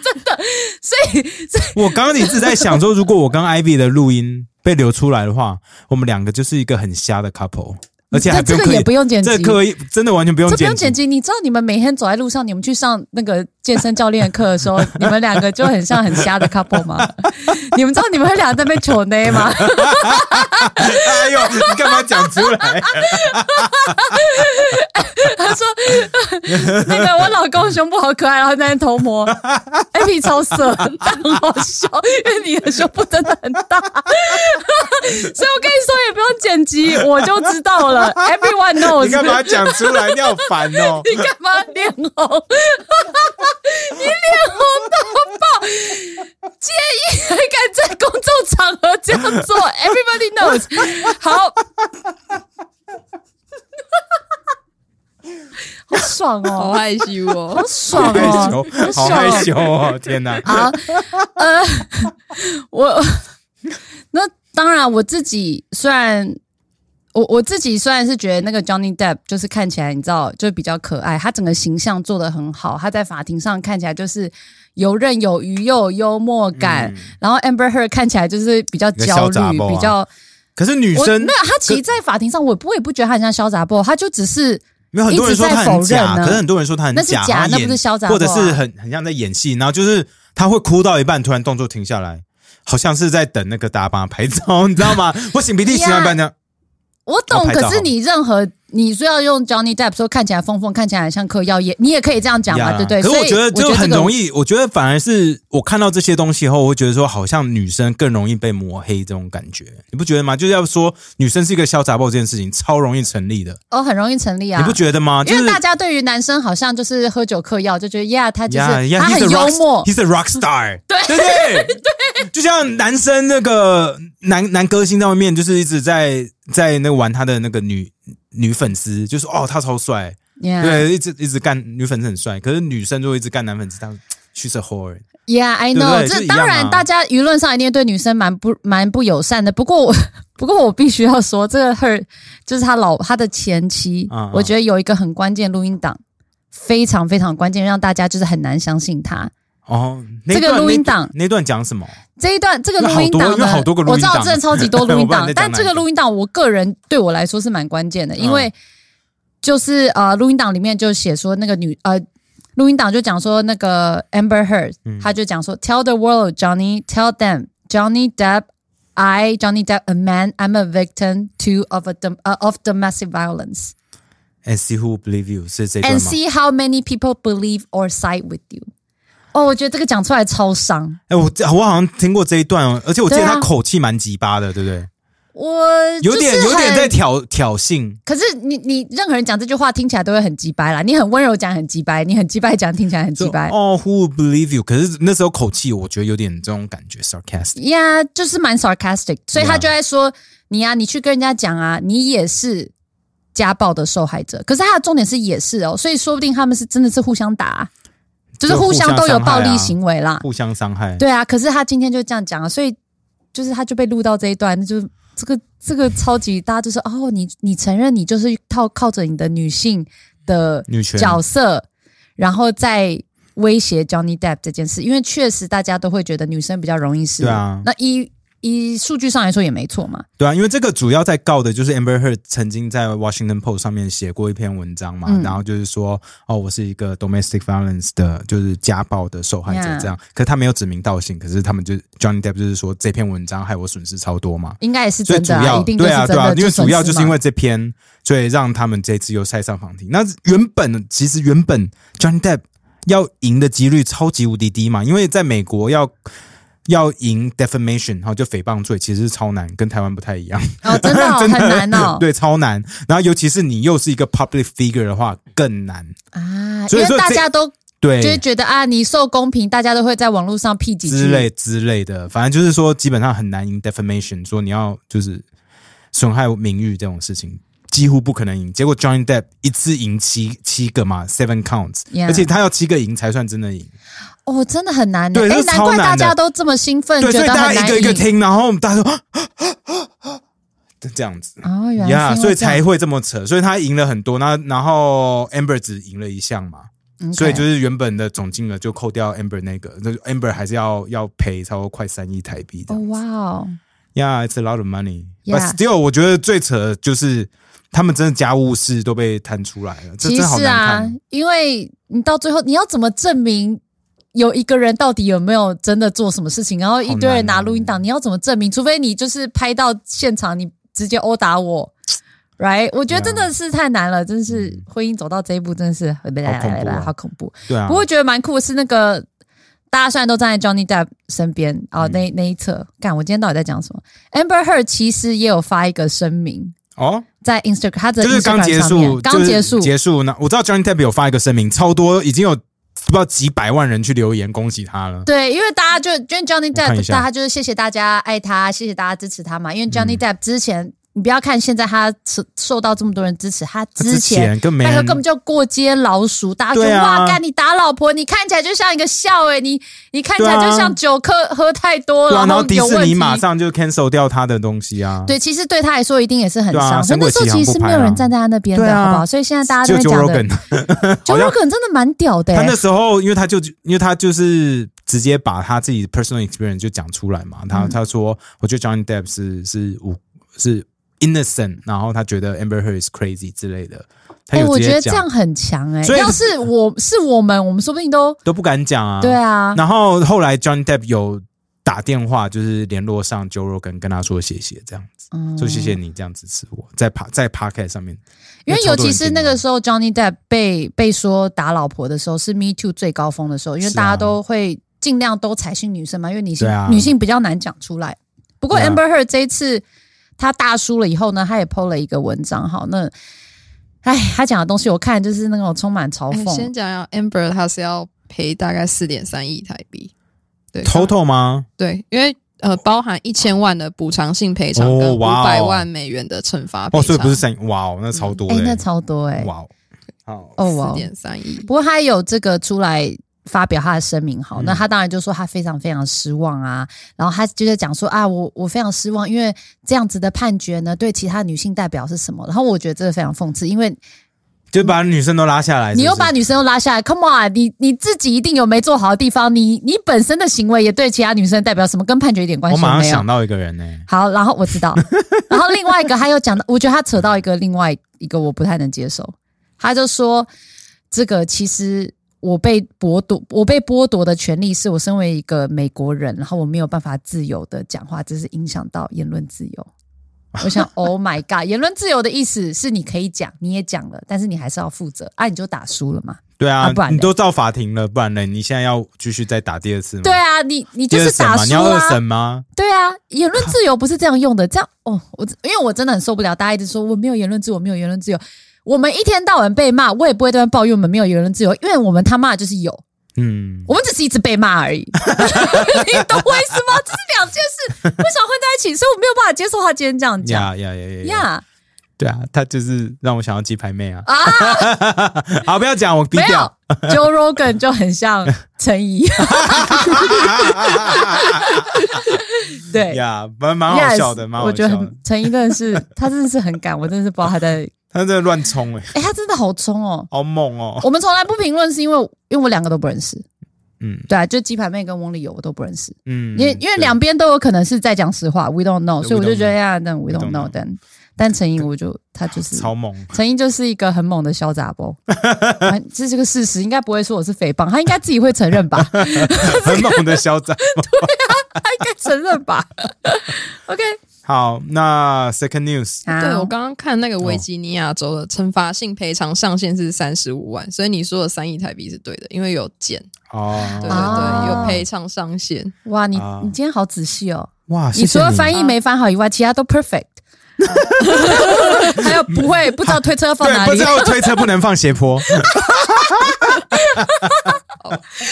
Speaker 1: 真的，所以
Speaker 2: 我刚刚一直在想说，如果我跟 Ivy 的录音被流出来的话，我们两个就是一个很瞎的 couple，而且还
Speaker 1: 嗯这
Speaker 2: 不用
Speaker 1: 个
Speaker 2: 刻
Speaker 1: 也
Speaker 2: 意
Speaker 1: 不，用剪辑
Speaker 2: 这，刻意真的完全不用
Speaker 1: 这不用
Speaker 2: 剪
Speaker 1: 剪
Speaker 2: 辑。
Speaker 1: 辑。你知道你们每天走在路上，你们去上那个健身教练的课的时候，你们两个就很像很瞎的 couple 吗？你们知道你们会俩在那边求内吗？
Speaker 2: 哎呦，你干嘛讲出 来？
Speaker 1: 他说那个我老公胸部好可爱，然后在那边偷摸，A P 超色，但很好笑，因为你的胸部真的很大， 所以我跟你说也不用剪辑，我就知道了，Everyone
Speaker 2: 你
Speaker 1: knows。
Speaker 2: 干嘛讲出来？你好烦哦！
Speaker 1: 你干嘛脸红？你脸红 到爆！介意还敢在公众场合这样做？Everybody knows。好， 好爽
Speaker 3: 好
Speaker 1: 哦，
Speaker 3: 害羞哦
Speaker 1: 好。爽
Speaker 2: 害
Speaker 1: 哦，
Speaker 2: 羞，好
Speaker 1: 爽
Speaker 2: 害羞哦！天哪，
Speaker 1: 好，呃，我那当然我自己虽然。我我自己虽然是觉得那个 Johnny Depp 就是看起来你知道就比较可爱，他整个形象做得很好，他在法庭上看起来就是游刃有余又有幽默感，然后 Amber Heard 看起来就是比较
Speaker 2: 嗯个
Speaker 1: 焦
Speaker 2: 小
Speaker 1: 虑，
Speaker 2: 杂包啊
Speaker 1: 比较
Speaker 2: 可是女
Speaker 1: 我
Speaker 2: 生
Speaker 1: 没有他其实，在法庭上我也不我也不觉得他很像潇洒 boy，他就只是
Speaker 2: 没有很多人说她
Speaker 1: 一直在
Speaker 2: 很
Speaker 1: 否认
Speaker 2: 假，
Speaker 1: 呢
Speaker 2: 可是很多人说她很
Speaker 1: 那是假
Speaker 2: 然后
Speaker 1: 那
Speaker 2: 演
Speaker 1: 不是潇洒
Speaker 2: 或者
Speaker 1: 货啊
Speaker 2: 是很很像在演戏，然后就是她会哭到一半，突然动作停下来，好像是在等那个大家帮她拍照，你知道 吗？我擤鼻涕擤到一半呢，
Speaker 1: 我懂，
Speaker 2: 要哦拍照
Speaker 1: 可
Speaker 2: 好
Speaker 1: 是你任何你说要用 Johnny Depp 说看起来疯疯，看起来很像嗑药也，你也可以这样讲嘛，
Speaker 2: 呀
Speaker 1: 对不对？
Speaker 2: 可是我觉得就很容
Speaker 1: 易。
Speaker 2: 易，我觉得反而是我看到这些东西后，我会觉得说好像女生更容易被抹黑这种感觉，你不觉得吗？就是要说女生是一个潇洒包这件事情超容易成立的，
Speaker 1: 哦，很容易成立啊，
Speaker 2: 你不觉得吗？就
Speaker 1: 因为
Speaker 2: 是
Speaker 1: 大家对于男生好像就是喝酒嗑药，就觉得呀，他就是
Speaker 2: Yeah, yeah,
Speaker 1: 他
Speaker 2: he's
Speaker 1: 很
Speaker 2: a
Speaker 1: 幽
Speaker 2: rock,
Speaker 1: 默，
Speaker 2: He's a rock star，对对对对， 就像男生那个男男歌星在外面，就是一直在在那个玩他的那个女女粉丝，就说哦他超帅，
Speaker 1: yeah
Speaker 2: 对，一直一直干女粉丝很帅，可是女生就会一直干男粉丝，他 she's a whore，
Speaker 1: yeah I
Speaker 2: 对不
Speaker 1: know，
Speaker 2: 对
Speaker 1: 这
Speaker 2: 是一样
Speaker 1: 当
Speaker 2: 啊
Speaker 1: 然大家舆论上一定对女生蛮不蛮不友善的。不过我 不过我必须要说，这个 her 就是他老他的前妻
Speaker 2: 嗯嗯，
Speaker 1: 我觉得有一个很关键录音档，非常非常关键，让大家就是很难相信他。
Speaker 2: 哦，那
Speaker 1: 这个
Speaker 2: 段
Speaker 1: 录音
Speaker 2: 那
Speaker 1: 档
Speaker 2: 那段讲什么？
Speaker 1: 这一段这个录音档
Speaker 2: 因
Speaker 1: 呢，
Speaker 2: 为好多因为好多个录
Speaker 1: 我
Speaker 2: 音
Speaker 1: 知
Speaker 2: 档
Speaker 1: 道真的超级 多录音
Speaker 2: 我不知道
Speaker 1: 档
Speaker 2: 你在，
Speaker 1: 但
Speaker 2: 讲哪一个
Speaker 1: 这个录音档我个人对我来说是蛮关键的，因为
Speaker 2: 嗯
Speaker 1: 就是呃，录音档里面就写说那个女呃。录音档就讲说那个 Amber Heard，、他
Speaker 2: 嗯
Speaker 1: 就讲说 Tell the world Johnny, tell them Johnny Depp, I Johnny Depp a man, I'm a victim too of a dom- uh, of domestic violence,
Speaker 2: And see who believe you 是这段
Speaker 1: and
Speaker 2: 吗？
Speaker 1: see how many people believe or side with you。哦，我觉得这个讲出来超伤。
Speaker 2: 哎，我我好像听过这一段，哦，而且我记得
Speaker 1: 对啊
Speaker 2: 他口气蛮急巴的，对不对？
Speaker 1: 我
Speaker 2: 有点
Speaker 1: 就是
Speaker 2: 有点
Speaker 1: 很
Speaker 2: 在挑挑衅。
Speaker 1: 可是你你任何人讲这句话听起来都会很鸡掰啦，你很温柔讲很鸡掰，你很鸡掰讲听起来很鸡
Speaker 2: 就
Speaker 1: 掰。
Speaker 2: 哦，Who would believe you？可是那时候口气，我觉得有点这种感觉，sarcastic。
Speaker 1: 呀就是蛮 sarcastic，所以他
Speaker 2: Yeah
Speaker 1: 就在说你呀、你去跟人家讲啊，你也是家暴的受害者。可是他的重点是也是哦，所以说不定他们是真的是互相打啊、就是
Speaker 2: 就
Speaker 1: 互
Speaker 2: 互
Speaker 1: 相
Speaker 2: 相
Speaker 1: 都有
Speaker 2: 伤害
Speaker 1: 暴
Speaker 2: 啊
Speaker 1: 力行为啦。
Speaker 2: 互相伤害。
Speaker 1: 对啊，可是他今天就这样讲啊，所以就是他就被录到这一段，就这个这个超级大家就是哦，你你承认你就是靠靠着你的女性的
Speaker 2: 女权
Speaker 1: 角色，然后再威胁 Johnny Depp 这件事，因为确实大家都会觉得女生比较容易是，
Speaker 2: 对啊
Speaker 1: 那依以数据上来说也没错嘛。
Speaker 2: 对啊，因为这个主要在告的就是 Amber Heard 曾经在 Washington Post 上面写过一篇文章嘛，
Speaker 1: 嗯
Speaker 2: 然后就是说，哦，我是一个 domestic violence 的，就是家暴的受害者
Speaker 1: Yeah
Speaker 2: 这样。可他没有指名道姓，可是他们就 Johnny Depp 就是说这篇文章害我损失超多嘛，
Speaker 1: 应该也是
Speaker 2: 所以
Speaker 1: 真
Speaker 2: 主
Speaker 1: 的、
Speaker 2: 要
Speaker 1: 一定都
Speaker 2: 对
Speaker 1: 是
Speaker 2: 啊
Speaker 1: 真的、
Speaker 2: 对啊，因为主要就
Speaker 1: 损失
Speaker 2: 是
Speaker 1: 嘛
Speaker 2: 因为这篇，所以让他们这次又塞上房题。那原本其实原本 Johnny Depp 要赢的几率超级无敌低嘛，因为在美国要。要赢 defamation，然后就诽谤罪，其实是超难，跟台湾不太一样。
Speaker 1: 哦，真的、哦、
Speaker 2: 真的，
Speaker 1: 很难哦
Speaker 2: 对，超难。然后尤其是你又是一个 public figure 的话，更难。
Speaker 1: 啊，
Speaker 2: 所
Speaker 1: 因为
Speaker 2: 以说
Speaker 1: 大
Speaker 2: 这哎
Speaker 1: 家都就会
Speaker 2: 对，
Speaker 1: 觉得啊，你受公平，大家都会在网络上 P 几句
Speaker 2: 之类之类的，反正就是说，基本上很难赢 defamation，说你要就是损害名誉这种事情。几乎不可能赢，结果 Johnny Depp 一次赢七七个嘛，seven counts，、
Speaker 1: Yeah
Speaker 2: 而且他要七个赢才算真的赢。
Speaker 1: 哦，真的很难的。
Speaker 2: 对
Speaker 1: 哎
Speaker 2: 这，
Speaker 1: 难
Speaker 2: 超
Speaker 1: 怪
Speaker 2: 难
Speaker 1: 大
Speaker 2: 的
Speaker 1: 家都这么兴奋，
Speaker 2: 对，
Speaker 1: 觉
Speaker 2: 所以
Speaker 1: 得
Speaker 2: 大
Speaker 1: 很难
Speaker 2: 家一个一个
Speaker 1: 赢
Speaker 2: 听，然后大家说这样子。
Speaker 1: 哦，原
Speaker 2: 呀
Speaker 1: 来是因为
Speaker 2: 所以
Speaker 1: 这样
Speaker 2: 才会这么扯，所以他赢了很多，那然后 Amber 只赢了一项嘛，
Speaker 1: OK
Speaker 2: 所以就是原本的总金额就扣掉 Amber 那个，那就 Amber 还是要要赔超过快三亿台币的
Speaker 1: 哦。哇哦，
Speaker 2: Yeah, it's a lot of money, but
Speaker 1: Yeah
Speaker 2: still，我觉得最扯的就是他们真的家务事都被摊出来了，这
Speaker 1: 其
Speaker 2: 真的好
Speaker 1: 实
Speaker 2: 难
Speaker 1: 啊
Speaker 2: 看。，
Speaker 1: 因为你到最后你要怎么证明？有一个人到底有没有真的做什么事情？然后一堆人
Speaker 2: 好难哦
Speaker 1: 拿录音档，你要怎么证明？除非你就是拍到现场，你直接殴打我，right？我觉得
Speaker 2: Yeah
Speaker 1: 真的是太难了，真是婚姻走到这一步，真的是
Speaker 2: 嗯
Speaker 1: 呃
Speaker 2: 恐怖啊
Speaker 1: 好恐怖。
Speaker 2: 对啊
Speaker 1: 不，过觉得蛮酷的是那个。大家虽然都站在 Johnny Depp 身边，哦，
Speaker 2: 嗯
Speaker 1: 那那一侧，干，我今天到底在讲什么？Amber Heard 其实也有发一个声明，
Speaker 2: 哦，
Speaker 1: 在 Instagram，他的
Speaker 2: 就是刚
Speaker 1: Instagram
Speaker 2: 结
Speaker 1: 上面
Speaker 2: 束，
Speaker 1: 刚结束
Speaker 2: 就是，结束。那我知道 Johnny Depp 有发一个声明，超多已经有不知道几百万人去留言恭喜他了。
Speaker 1: 对，因为大家就因为 Johnny
Speaker 2: 我看一
Speaker 1: Depp，
Speaker 2: 下嗯
Speaker 1: 大家就是谢谢大家爱他，谢谢大家支持他嘛。因为 Johnny Depp 之前，你不要看现在他受受到这么多人支持，他
Speaker 2: 他
Speaker 1: 之前。
Speaker 2: 根本没
Speaker 1: 那个
Speaker 2: 人
Speaker 1: 根本就过街老鼠，大家就
Speaker 2: 对啊
Speaker 1: 哇，干你打老婆，你看起来就像一个笑诶、你你看起来
Speaker 2: 对啊
Speaker 1: 就像酒喝喝太多
Speaker 2: 对啊，
Speaker 1: 了，
Speaker 2: 然后
Speaker 1: 后
Speaker 2: 迪
Speaker 1: 有
Speaker 2: 士
Speaker 1: 问
Speaker 2: 尼
Speaker 1: 题。
Speaker 2: 马上就 cancel 掉他的东西啊。
Speaker 1: 对，其实对他来说一定也是很
Speaker 2: 对啊
Speaker 1: 伤。所以那时候
Speaker 2: 神鬼
Speaker 1: 其
Speaker 2: 奇
Speaker 1: 实
Speaker 2: 航
Speaker 1: 是
Speaker 2: 不拍
Speaker 1: 没
Speaker 2: 啊
Speaker 1: 有人站在他那边的，
Speaker 2: 对啊
Speaker 1: 好不好？所以现在大家
Speaker 2: 就
Speaker 1: 都在
Speaker 2: Joe
Speaker 1: 讲的
Speaker 2: Rogan，
Speaker 1: ，Joe
Speaker 2: 好像
Speaker 1: Rogan 真的蛮屌的、
Speaker 2: 他
Speaker 1: 欸
Speaker 2: 那。时候因为他就因为他就是直接把他自己 personal experience 就讲出来嘛，
Speaker 1: 嗯
Speaker 2: 他、他说我觉得 Johnny Depp 是是无是 innocent，然后他觉得 Amber Heard is crazy 之类的，他
Speaker 1: 哎、
Speaker 2: 有
Speaker 1: 我
Speaker 2: 直
Speaker 1: 觉
Speaker 2: 接
Speaker 1: 得这
Speaker 2: 讲，
Speaker 1: 样很强哎、
Speaker 2: 所以
Speaker 1: 要是我是我们，我们说不定都
Speaker 2: 都不敢讲啊。
Speaker 1: 对。啊，
Speaker 2: 然后后来 Johnny Depp 有打电话就是联络上 Joe Rogan，跟他说谢谢这样子，
Speaker 1: 嗯
Speaker 2: 说谢谢你这样支持我，在 p 在 p o c a s t 上面，
Speaker 1: 因为
Speaker 2: 超
Speaker 1: 尤
Speaker 2: 多
Speaker 1: 其
Speaker 2: 人
Speaker 1: 是
Speaker 2: 听啊
Speaker 1: 那
Speaker 2: 嘛
Speaker 1: 个时候 Johnny Depp 被被说打老婆的时候，是 Me Too 最高峰的时候，因为
Speaker 2: 是啊
Speaker 1: 大家都会尽量都采信女生嘛，因为女性、
Speaker 2: 对啊
Speaker 1: 女性比较难讲出来。不过
Speaker 2: 对啊
Speaker 1: Amber Heard 这一次她大输了以后呢，她也 PO 了一个文章，好那。哎，她讲的东西我看就是那种充满嘲
Speaker 3: 哎
Speaker 1: 讽，
Speaker 3: 先讲讲 Amber，他是要赔大概四点三亿台币，对，
Speaker 2: 偷偷吗？
Speaker 3: 对，因为呃，包含一千万的补偿性赔偿
Speaker 2: 哦
Speaker 3: 跟五
Speaker 2: 哇哦
Speaker 3: 百万美元的惩罚
Speaker 2: 哦，
Speaker 3: 赔偿，
Speaker 2: 所以不是三，哇哦，那超多
Speaker 1: 哎、
Speaker 2: 的、
Speaker 1: 那超多哎、
Speaker 2: 哇哦，好，
Speaker 1: 哦哇
Speaker 3: 四
Speaker 1: 哦，
Speaker 3: 点三亿。
Speaker 1: 不过他有这个出来发表他的声明，好，
Speaker 2: 嗯
Speaker 1: 那他当然就说他非常非常失望啊，然后他就在讲说啊，我我非常失望，因为这样子的判决呢，对其他女性代表是什么？然后我觉得这个非常讽刺，因为
Speaker 2: 就把女生都拉下来是不是
Speaker 1: 你又把女生又拉下来，Come on，你你自己一定有没做好的地方，你你本身的行为也对其他女生代表什么，跟判决一点关
Speaker 2: 我
Speaker 1: 系
Speaker 2: 马
Speaker 1: 都
Speaker 2: 上
Speaker 1: 没有
Speaker 2: 想。到一个人呢、
Speaker 1: 好，然后我知 道，然后另外一个他又讲到，我觉得他扯到一个另外一个我不太能接受，他就说这个其实我被剥夺，我被剥夺的权利是我身为一个美国人，然后我没有办法自由的讲话，这是影响到言论自由。我 想，Oh my god！言论自由的意思是你可以讲，你也讲了，但是你还是要负责啊，你就打输了嘛。
Speaker 2: 对啊，
Speaker 1: 啊不然嘞
Speaker 2: 你都到法庭了，不然呢？你现在要继续再打第二次吗？
Speaker 1: 对，啊，你你
Speaker 2: 嗯第
Speaker 1: 就
Speaker 2: 二
Speaker 1: 是
Speaker 2: 审
Speaker 1: 打
Speaker 2: 嘛，你
Speaker 1: 输
Speaker 2: 要
Speaker 1: 啦、
Speaker 2: 二审吗？
Speaker 1: 对啊，言论自由不是这样用的。这样哦，我因为我真的很受不了，大家一直说我没有言论自由，我没有言论自由。我们一天到晚被骂，我也不会对外抱怨我们没有言论自由，因为我们他妈就是有，
Speaker 2: 嗯，
Speaker 1: 我们只是一直被骂而已。你懂我意思吗？这是两件事，为什么混在一起？所以我没有办法接受他今天这样讲
Speaker 2: 呀呀呀呀呀！
Speaker 1: 呀。
Speaker 2: 对啊，他就是让我想到鸡排妹啊！
Speaker 1: 啊
Speaker 2: 好，不要讲，我低
Speaker 1: 没有
Speaker 2: 调。
Speaker 1: ，Joe Rogan 就很像陈 怡， 对。
Speaker 2: 呀，蛮蛮好笑的，
Speaker 1: Yes，
Speaker 2: 蛮好
Speaker 1: 我觉
Speaker 2: 笑
Speaker 1: 得
Speaker 2: 的
Speaker 1: 很。陈怡真的是，他真的是很敢，我真的是不知道他在，
Speaker 2: 他真的乱冲哎，
Speaker 1: 哎、他真的好冲哦。
Speaker 2: 好猛哦！
Speaker 1: 我们从来不评论，是因为因为我两个都不认识，
Speaker 2: 嗯
Speaker 1: 对啊，就鸡排妹跟翁丽友我都不认识，
Speaker 2: 嗯，
Speaker 1: 因为因为两边都有可能是在讲实话，we don't know，
Speaker 2: 对
Speaker 1: 所以我
Speaker 2: we
Speaker 1: 就
Speaker 2: don't
Speaker 1: 觉得哎呀，但 we
Speaker 2: we
Speaker 1: don't
Speaker 2: don't
Speaker 1: know，
Speaker 2: know
Speaker 1: 但但陈颖我就他就是
Speaker 2: 对 超猛，
Speaker 1: 陈英就是一个很猛的小杂 包，反这是个事实，应该不会说我是诽谤，他应该自己会承认吧？ 他
Speaker 2: 很猛的嚣张。
Speaker 1: 应该承认吧 ？OK，
Speaker 2: 好，那 second news，
Speaker 1: 好
Speaker 3: 对我刚刚看那个维吉尼亚州的惩罚性赔偿上限是三十五万，所以你说的三亿台币是对的，因为有减，
Speaker 2: 哦，
Speaker 3: 对对
Speaker 1: 哦
Speaker 3: 对，有赔偿上限。
Speaker 1: 哇，你
Speaker 2: 啊
Speaker 1: 你今天好仔细哦，
Speaker 2: 哇，
Speaker 1: 你除了翻
Speaker 2: 译
Speaker 1: 译没翻好以外，其他都 perfect，还有不会不知道推车要放
Speaker 2: 对，
Speaker 1: 哪
Speaker 2: 不
Speaker 1: 里
Speaker 2: 知，道推车不能放斜坡，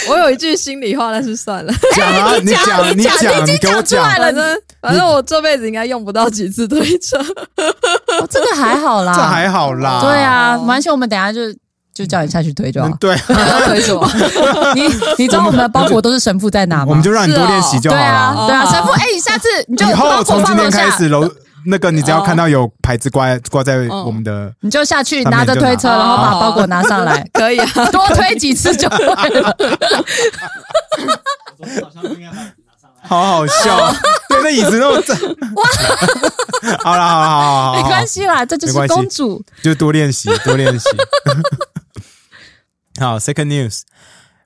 Speaker 3: 我有一句心里话，但是算了，
Speaker 2: 讲啊，
Speaker 1: 你讲
Speaker 2: 讲，
Speaker 1: 你
Speaker 2: 你
Speaker 1: 讲你已经
Speaker 2: 你给我
Speaker 1: 讲出来
Speaker 2: 讲
Speaker 1: 了，
Speaker 3: 反正反正我这辈子应该用不到几次推 车。
Speaker 1: 哦这个还好啦，
Speaker 2: 这还好啦，
Speaker 1: 对啊，没关系，我们等一下就就叫你下去 推就
Speaker 2: 嗯，
Speaker 1: 好。
Speaker 2: 对，
Speaker 3: 你要推什么？
Speaker 1: 你你知道我们的包裹都是神父在拿吗？
Speaker 2: 我们就让你多
Speaker 3: 是哦
Speaker 2: 练习就
Speaker 1: 对
Speaker 2: 好
Speaker 1: 啊
Speaker 2: 了。
Speaker 1: 对啊，
Speaker 3: 哦，
Speaker 1: 神父，哎，你下次你就
Speaker 2: 以
Speaker 1: 包
Speaker 2: 后
Speaker 1: 裹
Speaker 2: 从今
Speaker 1: 放楼
Speaker 2: 天开
Speaker 1: 下。
Speaker 2: 始，楼那个你只要看到有牌子挂挂在我们的，
Speaker 1: 你就下去
Speaker 2: 他
Speaker 1: 拿
Speaker 2: 们
Speaker 1: 着
Speaker 2: 就
Speaker 1: 推
Speaker 2: 拿哦
Speaker 1: 车，然后把包裹拿上来
Speaker 3: 可以啊，
Speaker 1: 多推几次 就会了。
Speaker 4: 我昨天好像应该把你拿上来。
Speaker 2: 好好笑，对，那椅子那么正，好啦，好啦，好啦好啦，
Speaker 1: 没关
Speaker 2: 系，
Speaker 1: 系啦，这就
Speaker 2: 没
Speaker 1: 是
Speaker 2: 关系
Speaker 1: 公主。
Speaker 2: 就多练习，多练习。好，second news。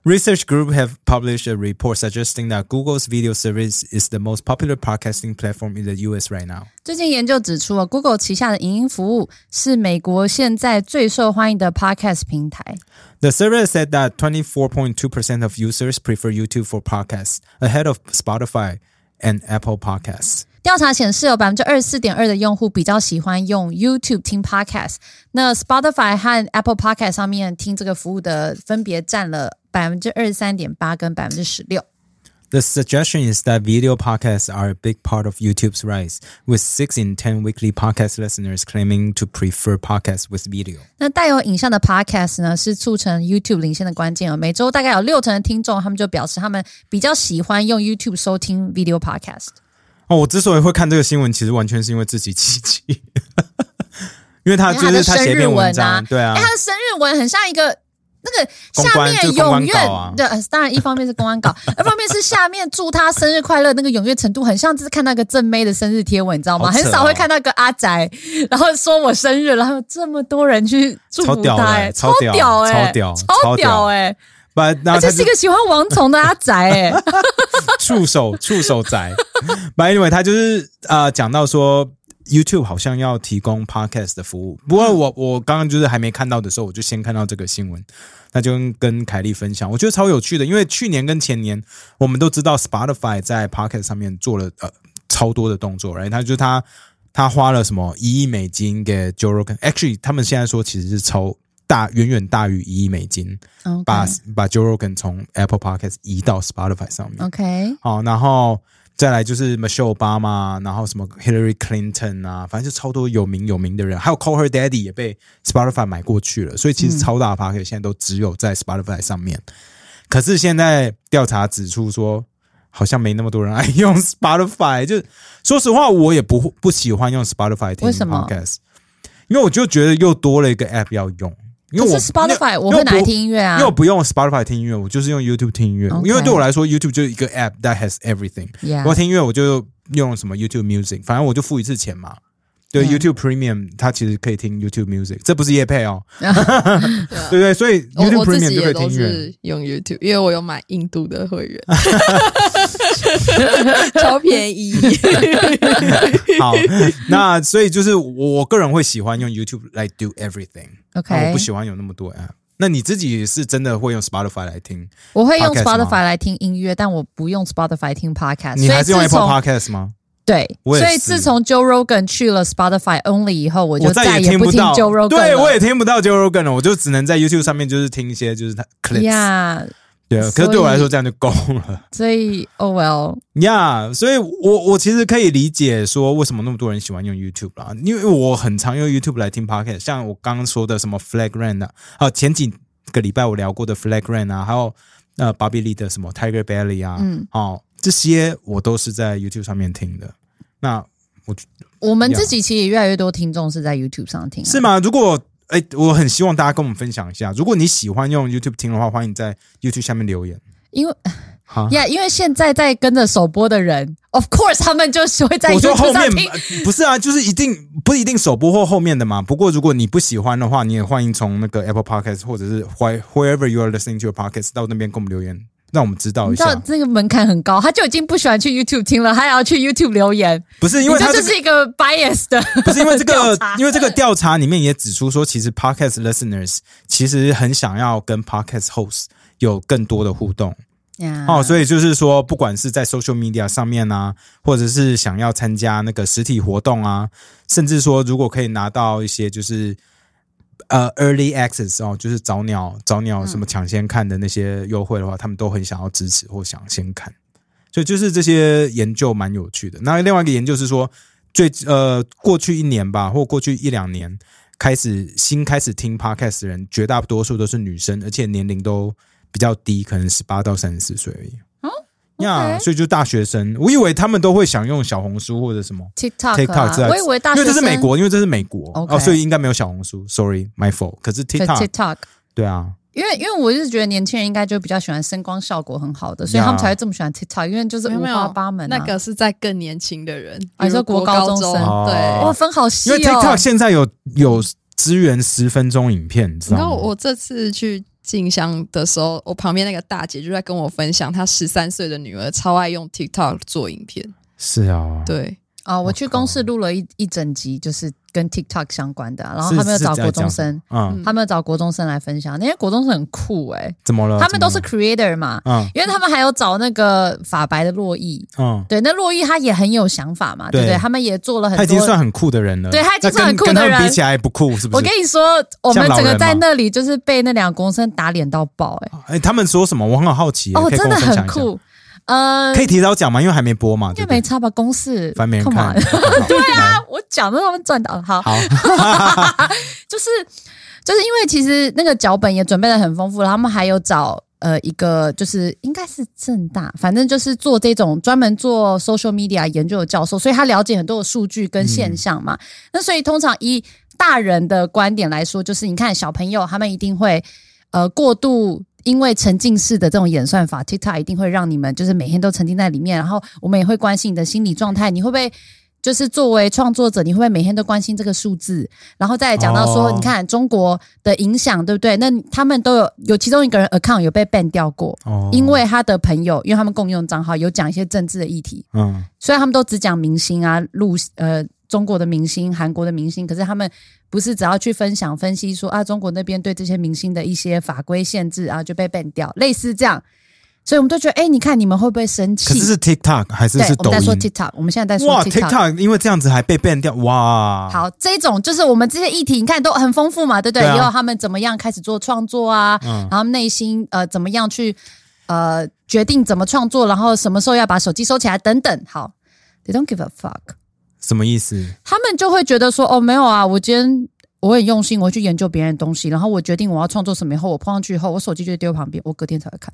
Speaker 2: Research group have published a report suggesting that Google's video service is the most popular podcasting platform in the US right now.
Speaker 1: 最近研究指出哦，Google 旗下的影音服务是美国现在最受欢迎的 Podcast 平台。
Speaker 2: The survey said that 24.2% of users prefer YouTube for podcasts, ahead of Spotify and Apple Podcasts.
Speaker 1: 调查显示，有哦百分之二十四点二的用户比较喜欢用 YouTube 听 Podcast，那 Spotify 和 Apple Podcast 上面听这个服务的分别占了百分之二十三点八跟百分之十六。
Speaker 2: The suggestion is that video podcasts are a big part of YouTube's rise, with 6 in 10 weekly podcast listeners claiming to prefer podcasts with video.
Speaker 1: 那带有影像的 podcast 呢，是促成 YouTube 领先的关键哦。每周大概有六成的听众，他们就表示他们比较喜欢用 YouTube 收听 video podcast。
Speaker 2: 哦，我之所以会看这个新闻，其实完全是因为自己七七， 因为他
Speaker 1: 因
Speaker 2: 就
Speaker 1: 为他的
Speaker 2: 是他写一
Speaker 1: 生日
Speaker 2: 篇
Speaker 1: 文
Speaker 2: 文章，
Speaker 1: 啊
Speaker 2: 对啊
Speaker 1: 哎、，他的生日文很像一个那个
Speaker 2: 公
Speaker 1: 下
Speaker 2: 关
Speaker 1: 面
Speaker 2: 就是公
Speaker 1: 踊
Speaker 2: 关
Speaker 1: 跃
Speaker 2: 稿啊
Speaker 1: 对，呃当然一方面是公安 稿，二方面是下面祝他生日快乐那个踊跃程度，很像是看那个正妹的生日贴文，你知道吗？
Speaker 2: 好扯
Speaker 1: 很
Speaker 2: 哦
Speaker 1: 少会看到一个阿宅，然后说我生日，然后有这么多人去祝
Speaker 2: 超
Speaker 1: 福
Speaker 2: 屌
Speaker 1: 他、
Speaker 2: 的
Speaker 1: 哎，
Speaker 2: 超屌
Speaker 1: 屌、哎，
Speaker 2: 超屌
Speaker 1: 超
Speaker 2: 超屌
Speaker 1: 哎、
Speaker 2: but 那
Speaker 1: 而且
Speaker 2: 他
Speaker 1: 是一
Speaker 2: 就
Speaker 1: 个喜欢王虫的阿宅、 哎。
Speaker 2: 触手触手宅。But anyway，他就是呃讲到说 YouTube 好像要提供 podcast 的服务，不过我我刚刚就是还没看到的时候，我就先看到这个新闻，那就跟凯莉分享，我觉得超有趣的，因为去年跟前年我们都知道 Spotify 在 podcast 上面做了呃超多的动作，然后他就是他他花了什么一亿美金给 Joe Rogan，actually 他们现在说其实是超。大远远大于一亿美金，
Speaker 1: 哦
Speaker 2: 把把 Joe Rogan 从 Apple Podcast 移到 Spotify 上面。
Speaker 1: OK，
Speaker 2: 好，然后再来就是 Michelle Obama，然后什么 Hillary Clinton 啊，反正就超多有名有名的人，还有 Call Her Daddy 也被 Spotify 买过去了，所以其实超大的 p a r k 现在都只有在 Spotify 上面。可是现在调查指出说，好像没那么多人爱 用 Spotify。就说实话，我也不不喜欢用 Spotify 听
Speaker 1: 为什么
Speaker 2: podcast，因为我就觉得又多了一个 app 要用。因为
Speaker 1: 可
Speaker 2: 我
Speaker 1: 是 Spotify 我
Speaker 2: 因为
Speaker 1: 会拿来
Speaker 2: 不
Speaker 1: 听音乐啊
Speaker 2: 因为我不用 Spotify 听音乐，我就是用 YouTube 听音乐。
Speaker 1: OK
Speaker 2: 因为对我来说，YouTube 就是一个 app that has everything。
Speaker 1: Yeah
Speaker 2: 我要听音乐，我就用什么 YouTube Music，反正我就付一次钱嘛。对、
Speaker 1: Yeah
Speaker 2: YouTube Premium，它其实可以听 YouTube Music，这不是 业配哦，
Speaker 3: 对啊
Speaker 2: 对对，所以
Speaker 3: 我
Speaker 2: YouTube
Speaker 3: 我自己
Speaker 2: Premium 就可
Speaker 3: 也
Speaker 2: 以听
Speaker 3: 都
Speaker 2: 音乐。
Speaker 3: 是用 YouTube，因为我有买印度的 会员， 超便宜。
Speaker 2: 好， 那所以就是我我个人会喜欢用 YouTube 来 do everything。
Speaker 1: OK
Speaker 2: 哦我不喜欢有那么多 app。那你自己是真的会用 Spotify 来听？
Speaker 1: 我会用
Speaker 2: Podcast 吗
Speaker 1: Spotify 来听音乐，但我不用 Spotify 听 podcast。啊所
Speaker 2: 你
Speaker 1: 以
Speaker 2: 还是用
Speaker 1: 自
Speaker 2: Apple
Speaker 1: 从
Speaker 2: Podcast 吗？
Speaker 1: 对，
Speaker 2: 我也
Speaker 1: 所以
Speaker 2: 是
Speaker 1: 自从 Joe Rogan 去了 Spotify Only 以后，我就
Speaker 2: 我再
Speaker 1: 也
Speaker 2: 不
Speaker 1: 听
Speaker 2: 到
Speaker 1: Joe Rogan
Speaker 2: 对
Speaker 1: 了
Speaker 2: 我也听不到 Joe Rogan 了，我就只能在 YouTube 上面就是听一些就是他 clips，、
Speaker 1: 呀
Speaker 2: 对，可是
Speaker 1: 所以
Speaker 2: 对我来说这样就够了
Speaker 1: 所以 Oh well，
Speaker 2: 呀。Yeah，所以我我其实可以理解说为什么那么多人喜欢用 YouTube 啦，因为我很常用 YouTube 来听 Podcast，像我刚刚说的什么 Flag Run 啊，啊前几个礼拜我聊过的 Flag Run 啊，还有呃 Bobby Lee 的什么 Tiger Belly 啊，
Speaker 1: 嗯
Speaker 2: 哦这些我都是在 YouTube 上面听的。那
Speaker 1: 我们
Speaker 2: Yeah
Speaker 1: 自己其实也越来越多听众是在 YouTube 上听、啊，
Speaker 2: 是？吗？如果哎、我很希望大家跟我们分享一下，如果你喜欢用 YouTube 听的话，欢迎在 YouTube 下面留言。
Speaker 1: 因为
Speaker 2: 哈，
Speaker 1: 呀因为现在在跟着首播的人，of course 他们就是会在
Speaker 2: 我说
Speaker 1: YouTube
Speaker 2: 后
Speaker 1: 上
Speaker 2: 面
Speaker 1: 听。
Speaker 2: 不是啊，就是一定不一定首播或后面的嘛。不过如果你不喜欢的话，你也欢迎从那个 Apple Podcast 或者是 why- wherever you are listening to your podcast 到那边给我们留言，让我们知道
Speaker 1: 你
Speaker 2: 一
Speaker 1: 知道
Speaker 2: 下。
Speaker 1: 这个门槛很高，他就已经不喜欢去 YouTube 听了，还要去 YouTube 留言，
Speaker 2: 不是
Speaker 1: 你
Speaker 2: 因为他
Speaker 1: 这
Speaker 2: 这
Speaker 1: 就
Speaker 2: 个
Speaker 1: 是一个 bias 的
Speaker 2: 不是因为这
Speaker 1: 调
Speaker 2: 个
Speaker 1: 查，
Speaker 2: 因为这个调查里面也指出说，其实 podcast listeners 其实很想要跟 podcast host 有更多的互动、
Speaker 1: 呀
Speaker 2: 哦，所以就是说，不管是在 social media 上面啊，或者是想要参加那个实体活动啊，甚至说如果可以拿到一些就是呃 early access 哦，就是早鸟早鸟什么抢先看的那些优惠的话，他们都很想要支持或想先看。所以就是这些研究蛮有趣的。那另外一个研究是说，最呃过去一年吧，或过去一两年开始新开始听 podcast 的人，绝大多数都是女生，而且年龄都比较低，可能十八到三十四岁而已。呀
Speaker 1: 哦 OK
Speaker 2: 所以就大学生，我以为他们都会想用小红书或者什么
Speaker 1: TikTok 啊
Speaker 2: TikTok 之类的
Speaker 1: 我以为大
Speaker 2: 因
Speaker 1: 学
Speaker 2: 为这
Speaker 1: 生
Speaker 2: 是美国，因为这是美国
Speaker 1: OK
Speaker 2: 哦，所以应该没有小红书，sorry，my fault。可是
Speaker 1: 对
Speaker 2: TikTok，
Speaker 1: TikTok，
Speaker 2: 对啊，
Speaker 1: 因为因为我就是觉得年轻人应该就比较喜欢声光效果很好的，所以
Speaker 2: 呀
Speaker 1: 他们才会这么喜欢 TikTok，因为就是
Speaker 3: 没有
Speaker 1: 五
Speaker 3: 没有
Speaker 1: 花八门、啊。
Speaker 3: 那个是在更年轻的人，
Speaker 1: 啊你说
Speaker 3: 比
Speaker 1: 国
Speaker 3: 如国
Speaker 1: 高中
Speaker 3: 中
Speaker 1: 生
Speaker 2: 哦
Speaker 1: 哇
Speaker 3: 对。
Speaker 1: 分好细
Speaker 2: 因
Speaker 1: 哦。
Speaker 2: 为 TikTok 现在有有支援十分钟影片，你知
Speaker 3: 然
Speaker 2: 道
Speaker 3: 后
Speaker 2: 吗？
Speaker 3: 我这次去静香的时候，我旁边那个大姐就在跟我分享，她十三岁的女儿超爱用 TikTok 做影片。
Speaker 2: 是啊，
Speaker 3: 对，
Speaker 1: 啊、我去
Speaker 2: 我靠
Speaker 1: 公司录了一一整集，就是跟 TikTok 相关的啊、然后
Speaker 2: 哦是
Speaker 1: 他们有找国中，
Speaker 2: 是在讲
Speaker 1: 生，
Speaker 2: 嗯，
Speaker 1: 他们有找国中生来分享，那些国中生很酷诶、
Speaker 2: 怎么了？
Speaker 1: 他们都是
Speaker 2: 怎
Speaker 1: creator 嘛，
Speaker 2: 么了嗯
Speaker 1: 因为他们还有找那个法白的洛伊，
Speaker 2: 嗯嗯，
Speaker 1: 对，那洛伊他也很有想法嘛，对不
Speaker 2: 对
Speaker 1: 对？他们也做了很
Speaker 2: 他已经
Speaker 1: 多。
Speaker 2: 算很酷的人了，
Speaker 1: 对他已经算很酷的人
Speaker 2: 那跟跟他们比起来不酷是不
Speaker 1: 我
Speaker 2: 是
Speaker 1: 跟？你说，我们
Speaker 2: 像老
Speaker 1: 整
Speaker 2: 人
Speaker 1: 个在
Speaker 2: 嘛
Speaker 1: 那里就是被那两个国中生打脸到爆、欸，
Speaker 2: 哎，他们说什么？我很好奇，
Speaker 1: 哦，
Speaker 2: 可以跟
Speaker 1: 真
Speaker 2: 我
Speaker 1: 的
Speaker 2: 分享
Speaker 1: 很
Speaker 2: 一下，
Speaker 1: 酷，呃，
Speaker 2: 可以提早讲吗？因为还没播嘛，
Speaker 1: 因
Speaker 2: 对
Speaker 1: 为
Speaker 2: 不对
Speaker 1: 没？差吧，公式
Speaker 2: 反正没人
Speaker 1: come
Speaker 2: 看，
Speaker 1: on
Speaker 2: 对啊，
Speaker 1: 我讲的他们赚到好，
Speaker 2: 好，
Speaker 1: 就是就是因为其实那个脚本也准备的很丰富，然后他们还有找呃一个就是应该是正大，反正就是做这种专门做 social media 研究的教授，所以他了解很多的数据跟现象嘛。那所以通常以大人的观点来说，就是你看小朋友他们一定会呃过度。因为沉浸式的这种演算法，TikTok 一定会让你们就是每天都沉浸在里面，然后我们也会关心你的心理状态，你会不会就是作为创作者，你会不会每天都关心这个数字？然后再来讲到说，
Speaker 2: 哦
Speaker 1: 你看中国的影响，对不对？那他们都有有其中一个人 account 有被 ban 掉过，
Speaker 2: 哦
Speaker 1: 因为他的朋友，因为他们共用账号有讲一些政治的议题，
Speaker 2: 嗯，
Speaker 1: 所以他们都只讲明星啊，录呃中国的明星、韩国的明星，可是他们不是只要去分享分析说啊，中国那边对这些明星的一些法规限制啊就被 ban 掉，类似这样，所以我们都觉得，哎，你看你们会不会生
Speaker 2: 可
Speaker 1: 气
Speaker 2: 是？是 TikTok 还是
Speaker 1: 对
Speaker 2: 是，
Speaker 1: 我
Speaker 2: 抖
Speaker 1: 们在说
Speaker 2: 音？
Speaker 1: TikTok，我们现在在说
Speaker 2: 哇，TikTok 因为这样子还被 ban 掉，哇，，
Speaker 1: 好，这种就是我们这些议题，你看都很丰富嘛，对不对？
Speaker 2: 对啊
Speaker 1: 也有他们怎么样开始做创作啊，
Speaker 2: 嗯
Speaker 1: 然后内心呃怎么样去呃决定怎么创作，然后什么时候要把手机收起来等等。好，They don't give a fuck，
Speaker 2: 什么意思？
Speaker 1: 他们就会觉得说哦没有啊，我今天。我很用心，我会去研究别人的东西，然后我决定我要创作什么以后，我碰上去以后，我手机就会丢旁边，我隔天才会看。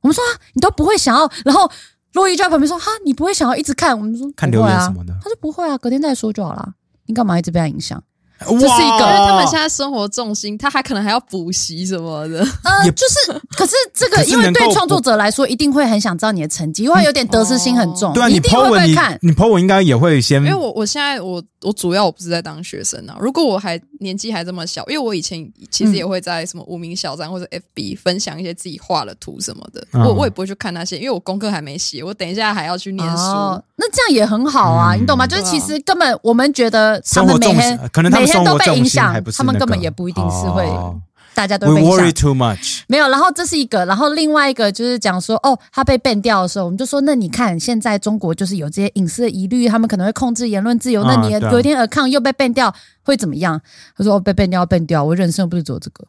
Speaker 1: 我们说啊，你都不会想要，然后洛伊就在旁边说哈，你不会想要一直看？我们说
Speaker 2: 看
Speaker 1: 不
Speaker 2: 留
Speaker 1: 会
Speaker 2: 言
Speaker 1: 啊
Speaker 2: 什么的
Speaker 1: 他说不会啊，隔天再说就好啦。你干嘛一直被他影 响？
Speaker 2: 这是
Speaker 1: 是一个
Speaker 3: 因为他们现在生活重心，他还可能还要补习什么的。
Speaker 1: 呃
Speaker 2: 也，
Speaker 1: 就是，可是这
Speaker 2: 可
Speaker 1: 个，
Speaker 2: 是
Speaker 1: 因为
Speaker 2: 能
Speaker 1: 对
Speaker 2: 够
Speaker 1: 创作者来说，一定会很想知道你的成绩，因为有点得失心很重，
Speaker 2: 对啊，
Speaker 1: 一
Speaker 2: 你
Speaker 1: 定
Speaker 2: Po
Speaker 1: 会
Speaker 2: 文，
Speaker 1: 被
Speaker 2: 你
Speaker 1: 看。
Speaker 2: 你 Po 文应该也会先，
Speaker 3: 因为我我现在我我主要我不是在当学生啊，如果我还年纪还这么小，因为我以前其实
Speaker 2: 嗯
Speaker 3: 也会在什么无名小站或者 FB 分享一些自己画的图什么的，
Speaker 2: 嗯
Speaker 3: 我我也不会去看那些，因为我功课还没写，我等一下还要去念书。
Speaker 1: 哦，那这样也很好啊，
Speaker 2: 嗯
Speaker 1: 你懂吗？就是其实根本我们觉得他
Speaker 2: 生活
Speaker 1: 们每
Speaker 2: 重
Speaker 1: 天
Speaker 2: 心，可能他
Speaker 1: 每
Speaker 2: 们生
Speaker 1: 天都
Speaker 2: 活
Speaker 1: 被
Speaker 2: 重
Speaker 1: 影
Speaker 2: 心还
Speaker 1: 响
Speaker 2: 不，是
Speaker 1: 他
Speaker 2: 那
Speaker 1: 们
Speaker 2: 个，
Speaker 1: 根本也不一定是会，
Speaker 2: 哦
Speaker 1: 大家都
Speaker 2: We
Speaker 1: 被影
Speaker 2: worry
Speaker 1: 响。
Speaker 2: too much。
Speaker 1: 没有，然后这是一个，然后另外一个就是讲说，哦，他被 ban 掉的时候，我们就说，那你看现在中国就是有这些隐私的疑虑，他们可能会控制言论自由，
Speaker 2: 嗯
Speaker 1: 那你
Speaker 2: 对啊
Speaker 1: 有一天 account 又被 ban 掉，会怎么样？他说，哦，被 ban 掉，ban 掉，我人生又不是只有这个，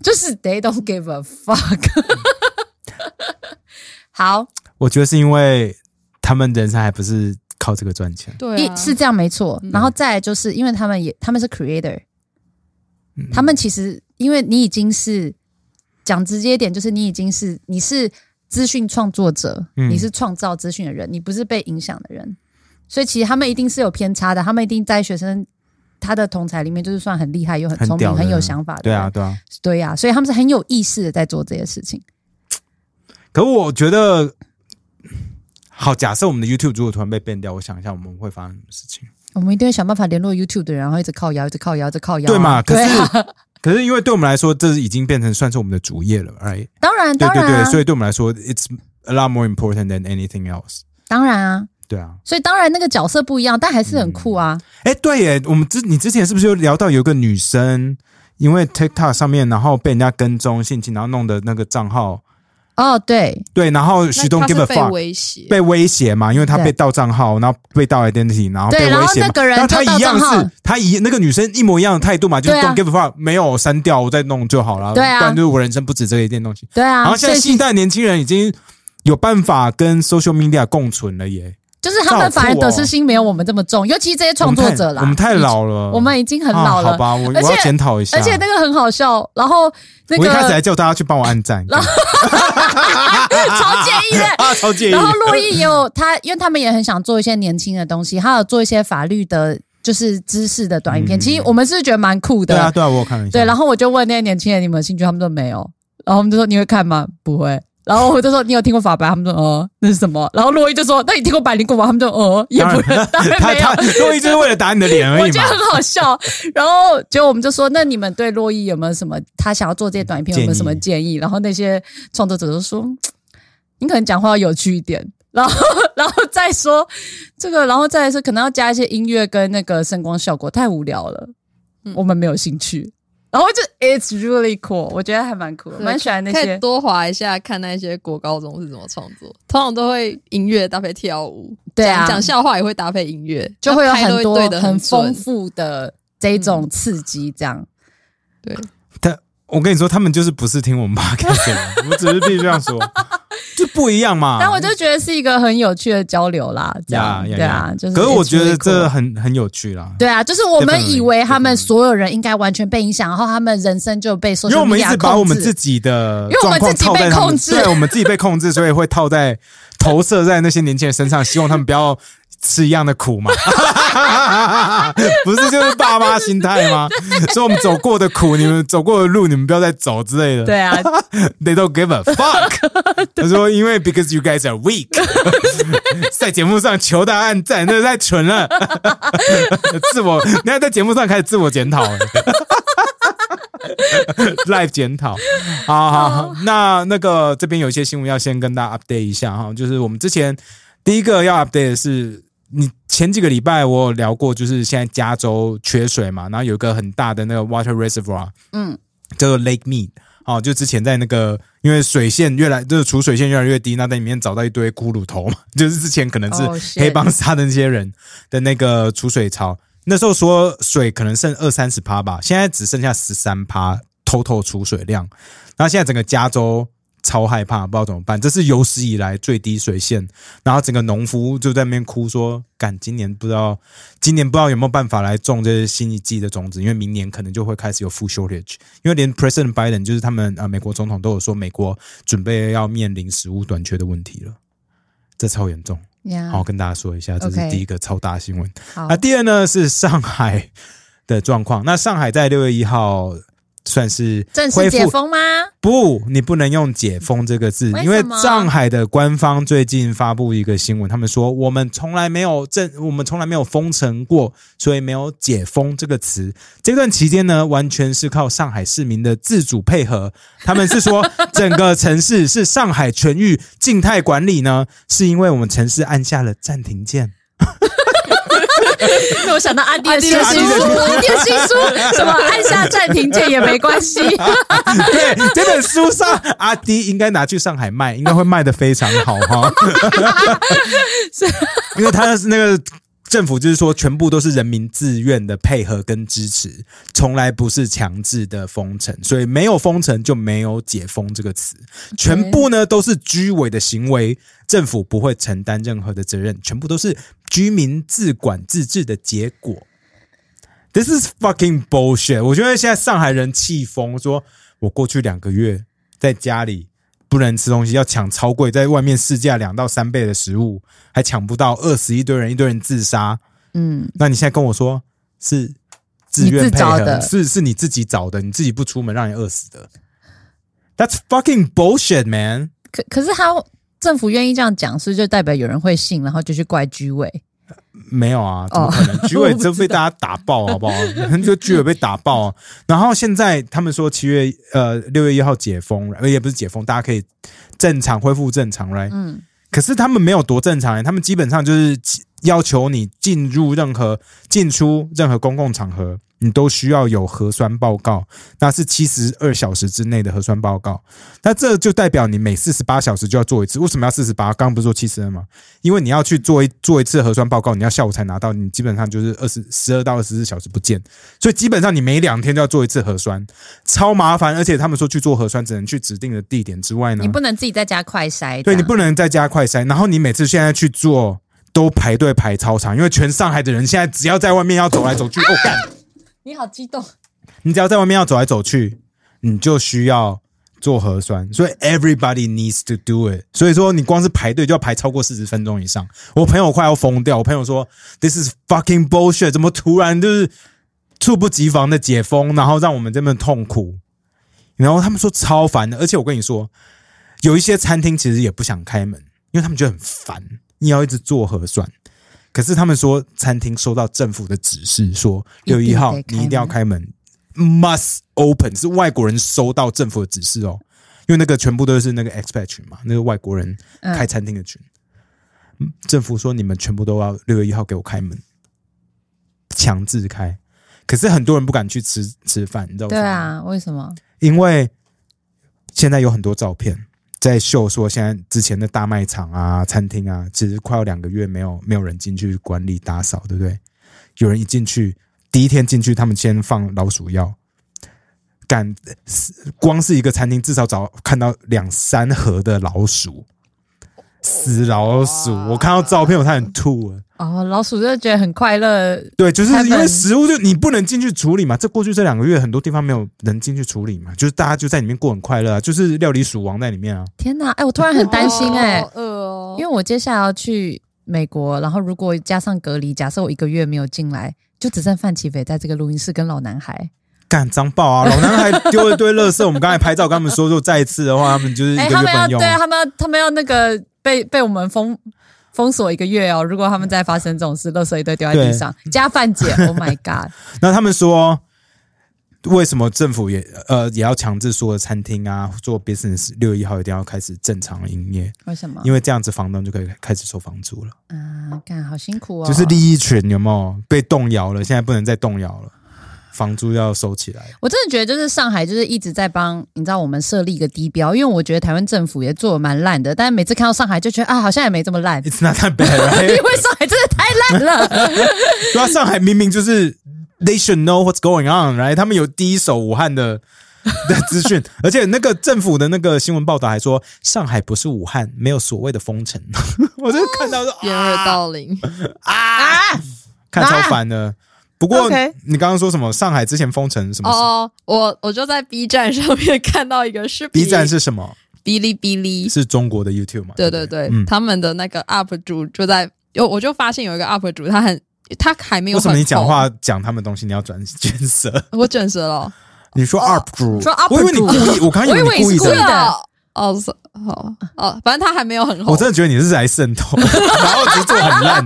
Speaker 1: 就是 they don't give a fuck。好，
Speaker 2: 我觉得是因为他们人生还不是靠这个赚钱，
Speaker 3: 对、
Speaker 1: 一
Speaker 3: 啊，
Speaker 1: 是这样没错，然后再来就是因为他们也他们是 creator，他
Speaker 2: 嗯
Speaker 1: 们其实因为你已经是讲直接一点，就是你已经是你是资讯创作者，
Speaker 2: 嗯
Speaker 1: 你是创造资讯的人，你不是被影响的人，所以其实他们一定是有偏差的，他们一定在学生他的同才里面就是算很厉害又很
Speaker 2: 很
Speaker 1: 聪
Speaker 2: 屌
Speaker 1: 明、
Speaker 2: 的
Speaker 1: 很有想法的，
Speaker 2: 对啊，，对啊。
Speaker 1: 对啊，所以他们是很有意识的在做这些事情。
Speaker 2: 可我觉得，好，假设我们的 YouTube 如果突然被变掉，我想一下我们会发生什么事情，
Speaker 1: 我们一定会想办法联络 YouTube 的人，然后一直靠摇，一直靠摇，一直靠摇啊、
Speaker 2: 对嘛？可
Speaker 1: 对
Speaker 2: 是
Speaker 1: 啊，
Speaker 2: 可是因为对我们来说，这已经变成算是我们的主业了，right？
Speaker 1: 当然，
Speaker 2: 对
Speaker 1: 当
Speaker 2: 对
Speaker 1: 然、
Speaker 2: 对，
Speaker 1: 啊，
Speaker 2: 所以对我们来说，it's a lot more important than anything else。
Speaker 1: 当然啊，
Speaker 2: 对啊，
Speaker 1: 所以当然那个角色不一样，但还是很酷啊。
Speaker 2: 哎，对耶，我们之你之前是不是有聊到有一个女生？因为 TikTok 上面，然后被人家跟踪性侵，然后弄的那个账号，嗯
Speaker 1: 哦，对，
Speaker 2: 对，然后 she don't
Speaker 3: 那他
Speaker 2: give
Speaker 3: 是
Speaker 2: a
Speaker 3: 被
Speaker 2: fuck，
Speaker 3: 威胁，
Speaker 2: 被威胁嘛，因为他
Speaker 1: 对
Speaker 2: 被盗账号，然后被盗 identity，然后被
Speaker 1: 对
Speaker 2: 威胁
Speaker 1: 然后。那
Speaker 2: 嘛
Speaker 1: 个人
Speaker 2: 但他
Speaker 1: 就盗
Speaker 2: 一
Speaker 1: 账
Speaker 2: 样
Speaker 1: 号
Speaker 2: 是，他一那个女生一模一样的态度嘛，就是
Speaker 1: 对啊
Speaker 2: don't give a fuck，没有删掉，我再弄就好了。
Speaker 1: 对啊
Speaker 2: 不然就是我人生不止这一件东西。
Speaker 1: 对
Speaker 2: 然
Speaker 1: 啊，
Speaker 2: 后现
Speaker 1: 所
Speaker 2: 在
Speaker 1: 以
Speaker 2: 新一代年轻人已经有办法跟 social media 共存了耶，
Speaker 1: 就是他们反而得失心没有我们这么重，尤其这些创作者啦，
Speaker 2: 哦我们太我们太老了，
Speaker 1: 我们已经很老
Speaker 2: 啊
Speaker 1: 了
Speaker 2: 好吧，我我
Speaker 1: 而且
Speaker 2: 要检讨一下。
Speaker 1: 而且那个很好笑，然后那
Speaker 2: 我一开
Speaker 1: 个
Speaker 2: 始还叫大家去帮我按赞，
Speaker 1: 然后 超介意 的。
Speaker 2: 啊，超介意
Speaker 1: 然。后洛伊也有他，因为他们也很想做一些年轻的东西，还有做一些法律的，就是知识的短影片。
Speaker 2: 嗯
Speaker 1: 其实我们是觉得蛮酷的，
Speaker 2: 对啊，对啊，我有看了一下。
Speaker 1: 对，然后我就问那些年轻人你们有兴趣，他们说没有，然后我们就说你会看吗？不会。然后我就说你有听过法白？他们说哦，那是什么？然后洛伊就说那你听过百灵果吗？他们就哦，也不
Speaker 2: 当然
Speaker 1: 当然
Speaker 2: 他
Speaker 1: 没有
Speaker 2: 他。洛伊就是为了打你的脸而
Speaker 1: 我
Speaker 2: 已
Speaker 1: 觉得。
Speaker 2: 嘛
Speaker 1: 很好 笑。然后结果我们就说，那你们对洛伊有没有什么他想要做这些短片有没有什么建议？然后那些创作者就说，嘖你可能讲话要有趣一点。 然后，然后再说这个，然后再来是可能要加一些音乐跟那个声光效果，太无聊了，嗯我们没有兴趣。然后就 It's really cool，我觉得还蛮酷的，
Speaker 3: 对
Speaker 1: 蛮喜欢那
Speaker 3: 可
Speaker 1: 些
Speaker 3: 以。多划一下，看那些国高中是怎么创作，通常都会音乐搭配跳舞，
Speaker 1: 对啊
Speaker 3: 讲讲笑话也会搭配音乐，
Speaker 1: 就会有
Speaker 3: 那拍都
Speaker 1: 很多
Speaker 3: 对的
Speaker 1: 很丰
Speaker 3: 准。
Speaker 1: 富的这种刺激，这样、
Speaker 3: 对，
Speaker 2: 他，我跟你说，他们就是不是听我们 podcast 的人，我只是必须这样 说，就不一样嘛。
Speaker 1: 但我就觉得是一个很有趣的交流啦，这样
Speaker 2: 啊呀呀
Speaker 1: 对
Speaker 2: 呀
Speaker 1: 啊，就是。
Speaker 2: 可是我觉得这很很有趣啦。
Speaker 1: 对啊，就是我们
Speaker 2: Definitely，
Speaker 1: 以为他们
Speaker 2: definitely
Speaker 1: 所有人应该完全被影响，然后他们人生就被 social
Speaker 2: 因为我们一
Speaker 1: media
Speaker 2: 直把我
Speaker 1: 控
Speaker 2: 们
Speaker 1: 制
Speaker 2: 自己的
Speaker 1: 因为我
Speaker 2: 状
Speaker 1: 们
Speaker 2: 况
Speaker 1: 自己
Speaker 2: 套在
Speaker 1: 被
Speaker 2: 他们
Speaker 1: 控，制
Speaker 2: 对我们自己被控制，所以会套 在投射在那些年轻人身上，希望他们不要吃一样的苦嘛。 不是就是爸妈心态吗？说我们走过的苦，你们走过的路，你们不要再走之类的。
Speaker 1: 对 啊，
Speaker 2: They don't give a fuck 。他说：“因为 because you guys are weak，在节目上求大家按赞，那太蠢了。 自我，你看在节目上开始自我检讨 了，live 检讨。 好好好，那那个这边有一些新闻要先跟大家 update 一下哈，就是我们之前第一个要 update 的是。”你前几个礼拜我有聊过，就是现在加州缺水嘛，然后有一个很大的那个 water reservoir，
Speaker 1: 嗯，
Speaker 2: 叫做 Lake Mead。哦，就之前在那个，因为水线越来就是储水线越来越低，那在里面找到一堆骷髅头嘛， 就是之前可能
Speaker 1: 哦
Speaker 2: 是
Speaker 1: ，shit
Speaker 2: 黑帮杀的那些人的那个储水槽，那时候说水可能剩二三十趴吧，现在只剩下十三趴 total 储水量，然后现在整个加州超害怕，不知道怎么办，这是有史以来最低水线，然后整个农夫就在那边哭说，干今年不知道今年不知道有没有办法来种这些新一季的种子，因为明年可能就会开始有 food shortage。因为连 President Biden 就是他们呃美国总统都有说，美国准备要面临食物短缺的问题了，这超严重。
Speaker 1: 呀
Speaker 2: 好，跟大家说一下，这是
Speaker 1: OK
Speaker 2: 第一个超大新闻。
Speaker 1: 好
Speaker 2: 啊，第二呢是上海的状况。那上海在六月一号算是
Speaker 1: 正式
Speaker 2: 恢
Speaker 1: 解
Speaker 2: 复
Speaker 1: 封吗？
Speaker 2: 不，你不能用“解封”这个
Speaker 1: 为
Speaker 2: 字，
Speaker 1: 什么
Speaker 2: 因为上海的官方最近发布一个新闻，他们说我们从来没有正，我们从来没有封城过，所以没有“解封”这个词。这段期间呢，完全是靠上海市民的自主配合。他们是 说，整个城市是上海全域静态管理呢，是因为我们城市按下了暂停键。
Speaker 1: 因为我想到安迪的新书，
Speaker 2: 安迪的新书
Speaker 1: 安迪的新书 什么按下暂停键也没关系，
Speaker 2: 对，这本书上阿迪应该拿去上海卖，应该会卖的非常好哈。因为他是那个政府就是说，全部都是人民自愿的配合跟支持，从来不是强制的封城，所以没有封城就没有解封这个词。全部呢都是居委的行为，政府不会承担任何的责任，全部都是居民自管自治的结果。This is fucking bullshit！我觉得现在上海人气疯，说我过去两个月在家里不能吃东西，要抢超贵，在外面市价两到三倍的食物，还抢不到，饿死一堆人，一堆人自杀。
Speaker 1: 嗯，
Speaker 2: 那你现在跟我说是自
Speaker 1: 你
Speaker 2: 愿
Speaker 1: 自
Speaker 2: 配
Speaker 1: 找
Speaker 2: 合，
Speaker 1: 的
Speaker 2: 是是你自己找的，你自己不出门让你饿死的。That's fucking bullshit, man！
Speaker 1: 可可是他政府愿意这样讲，是不是就代表有人会信，然后就去怪居委？
Speaker 2: 没有啊，怎么可能？居委真被大家打爆，好不好？ 就居委被打爆、啊然后现在他们说七月呃六月一号解封，呃也不是解封，大家可以正常恢复正常 right？
Speaker 1: 嗯，
Speaker 2: 可是他们没有多正常、欸他们基本上就是要求你进入任何、进出任何公共场合，你都需要有核酸报告，那是七十二小时之内的核酸报告。那这就代表你每四十八小时就要做一次。为什么要四十八？刚刚不是说七十二吗？因为你要去做一做一次核酸报告，你要下午才拿到，你基本上就是二十十二到二十四小时不见，所以基本上你每两天就要做一次核酸，超麻烦。而且他们说去做核酸只能去指定的地点之外呢，
Speaker 1: 你不能自己在家快筛，
Speaker 2: 嗯对你不能再加快筛，然后你每次现在去做都排队排超长，因为全上海的人现在只要在外面要走来走去，哦干，
Speaker 1: 你好激动，
Speaker 2: 你只要在外面要走来走去，你就需要做核酸，所以 everybody needs to do it。所以说你光是排队就要排超过四十分钟以上，我朋友快要疯掉，我朋友说 this is fucking bullshit，怎么突然就是猝不及防的解封，然后让我们这么痛苦，然后他们说超烦的，而且我跟你说，有一些餐厅其实也不想开门，因为他们觉得很烦，你要一直做核酸。可是他们说，餐厅收到政府的指示，说六一号
Speaker 1: 一定得开门
Speaker 2: 你一定要开门，must open，是外国人收到政府的指示哦，因为那个全部都是那个 expat 群嘛，那个外国人
Speaker 1: 嗯
Speaker 2: 开餐厅的群，嗯政府说你们全部都要六月一号给我开门，强制开。可是很多人不敢去吃吃饭，你知道为
Speaker 1: 对
Speaker 2: 什么吗？
Speaker 1: 啊，为什么？
Speaker 2: 因为现在有很多照片在秀说，现在之前的大卖场啊、餐厅啊，其实快要两个月没有没有人进去管理打扫，对不对？有人一进去，第一天进去，他们先放老鼠药，敢光是一个餐厅至少找看到两三盒的老鼠，死老鼠！
Speaker 3: 哇
Speaker 2: 我看到照片，我差点吐了。
Speaker 1: 哦，老鼠就觉得很快乐，
Speaker 2: 对，就是
Speaker 1: 开门
Speaker 2: 因为食物就你不能进去处理嘛。这过去这两个月很多地方没有人进去处理嘛，就是大家就在里面过很快乐啊，就是料理鼠王在里面啊。
Speaker 1: 天哪！哎、我突然很担心哎、
Speaker 3: 好饿哦
Speaker 1: 因为我接下来要去美国，然后如果加上隔离，假设我一个月没有进来，就只剩范启斐在这个录音室跟老男孩。
Speaker 2: 干脏爆啊！老男孩丢了一堆垃圾，我们刚才拍照跟他们说，就再一次的话，他们就是一
Speaker 1: 哎、
Speaker 2: 个月
Speaker 1: 他
Speaker 2: 不
Speaker 1: 们要
Speaker 2: 能用
Speaker 1: 对
Speaker 2: 啊。
Speaker 1: 他们要他们要那个被被我们封封锁一个月哦。如果他们再发生这种事，垃圾一堆丢在地上，加范姐，Oh my God！
Speaker 2: 那他们说，为什么政府也呃也要强制所有的餐厅啊做 business 六月一号一定要开始正常营业？
Speaker 1: 为什么？
Speaker 2: 因为这样子房东就可以开始收房租了，
Speaker 1: 啊，干好辛苦哦。
Speaker 2: 就是利益群有没有被动摇了？现在不能再动摇了，房租要收起来。
Speaker 1: 我真的觉得，就是上海就是一直在帮你知道我们设立一个低标，因为我觉得台湾政府也做的蛮烂的，但是每次看到上海就觉得啊，好像也没这么烂，因
Speaker 2: It's not that bad, right？
Speaker 1: 为上海真的太烂了。
Speaker 2: 对啊，上海明明就是 they should know what's going on，right？他们有第一手武汉的 的资讯，而且那个政府的那个新闻报道还说上海不是武汉，没有所谓的封城。 我就看到说
Speaker 3: 掩
Speaker 2: 啊
Speaker 3: 耳盗铃，
Speaker 2: 啊，看超烦的。不过
Speaker 1: OK
Speaker 2: 你刚刚说什么？上海之前封城什么事
Speaker 3: 哦，我我就在 B 站上面看到一个视频
Speaker 2: ？B 站是什么？
Speaker 3: 哔哩哔哩，
Speaker 2: 是中国的 YouTube 嘛？
Speaker 3: 对
Speaker 2: 对
Speaker 3: 对
Speaker 2: 不
Speaker 3: 对，
Speaker 2: 嗯，
Speaker 3: 他们的那个 UP 主就在，有我就发现有一个 UP 主，他很他还没有
Speaker 2: 为什么
Speaker 3: 很
Speaker 2: 你讲
Speaker 3: 红
Speaker 2: 话讲他们东西你要转 卷舌？
Speaker 3: 我卷舌了哦，
Speaker 2: 你说 UP 主，
Speaker 1: 说 UP 主
Speaker 2: 我以为你故意，我刚以
Speaker 1: 我以为
Speaker 2: 你
Speaker 1: 你
Speaker 2: 故
Speaker 1: 是
Speaker 2: 意
Speaker 1: 故意
Speaker 2: 的
Speaker 1: 的。
Speaker 3: 哦，是哦哦，反正他还没有很红，
Speaker 2: 我真的觉得你是来渗透， 然后只是做很 烂。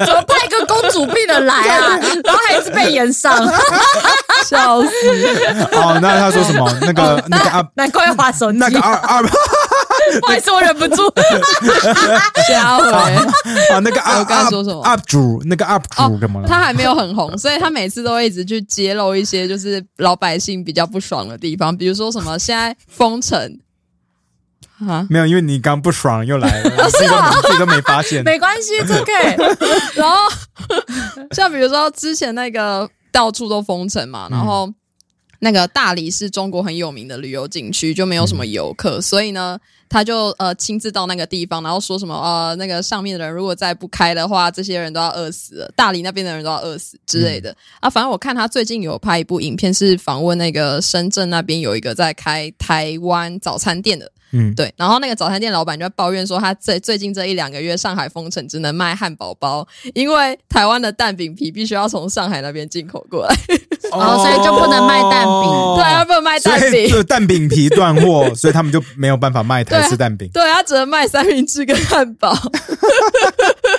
Speaker 1: 怎么派个公主病的来啊？ 然后还一直被延上，
Speaker 3: 笑死，
Speaker 2: 哦，那他说什么？那个那个啊，
Speaker 1: 难怪要划手机。
Speaker 2: 那个啊二二
Speaker 1: 不好意思，我忍不住。
Speaker 3: 下回。
Speaker 2: 啊，那个 up
Speaker 3: 我刚才说什么哦
Speaker 2: up 主那个 up 主怎么
Speaker 3: 他
Speaker 2: 了？
Speaker 3: 还没有很红，所以他每次都会一直去揭露一些就是老百姓比较不爽的地方，比如说什么现在封城啊，
Speaker 2: 没有，因为你刚不爽又来了， 你自己都你自己都没发现。
Speaker 1: 没关系，这个
Speaker 3: 然后像比如说之前那个到处都封城嘛，然后那个大理是中国很有名的旅游景区，就没有什么游客，所以呢，他就呃亲自到那个地方，然后说什么呃那个上面的人如果再不开的话，这些人都要饿死了，大理那边的人都要饿死之类的、啊。反正我看他最近有拍一部影片，是访问那个深圳那边有一个在开台湾早餐店的。
Speaker 2: 嗯，
Speaker 3: 对，然后那个早餐店老板就在抱怨说，他最最近这一两个月上海封城，只能卖汉堡包，因为台湾的蛋饼皮必须要从上海那边进口过来，
Speaker 1: 哦所以就不能卖蛋饼
Speaker 3: 对，他不能卖蛋
Speaker 2: 哦所以
Speaker 3: 饼，
Speaker 2: 就蛋饼皮断货， 所以他们就没有办法卖台
Speaker 3: 对啊
Speaker 2: 式蛋饼。
Speaker 3: 对他只能卖三明治跟汉堡。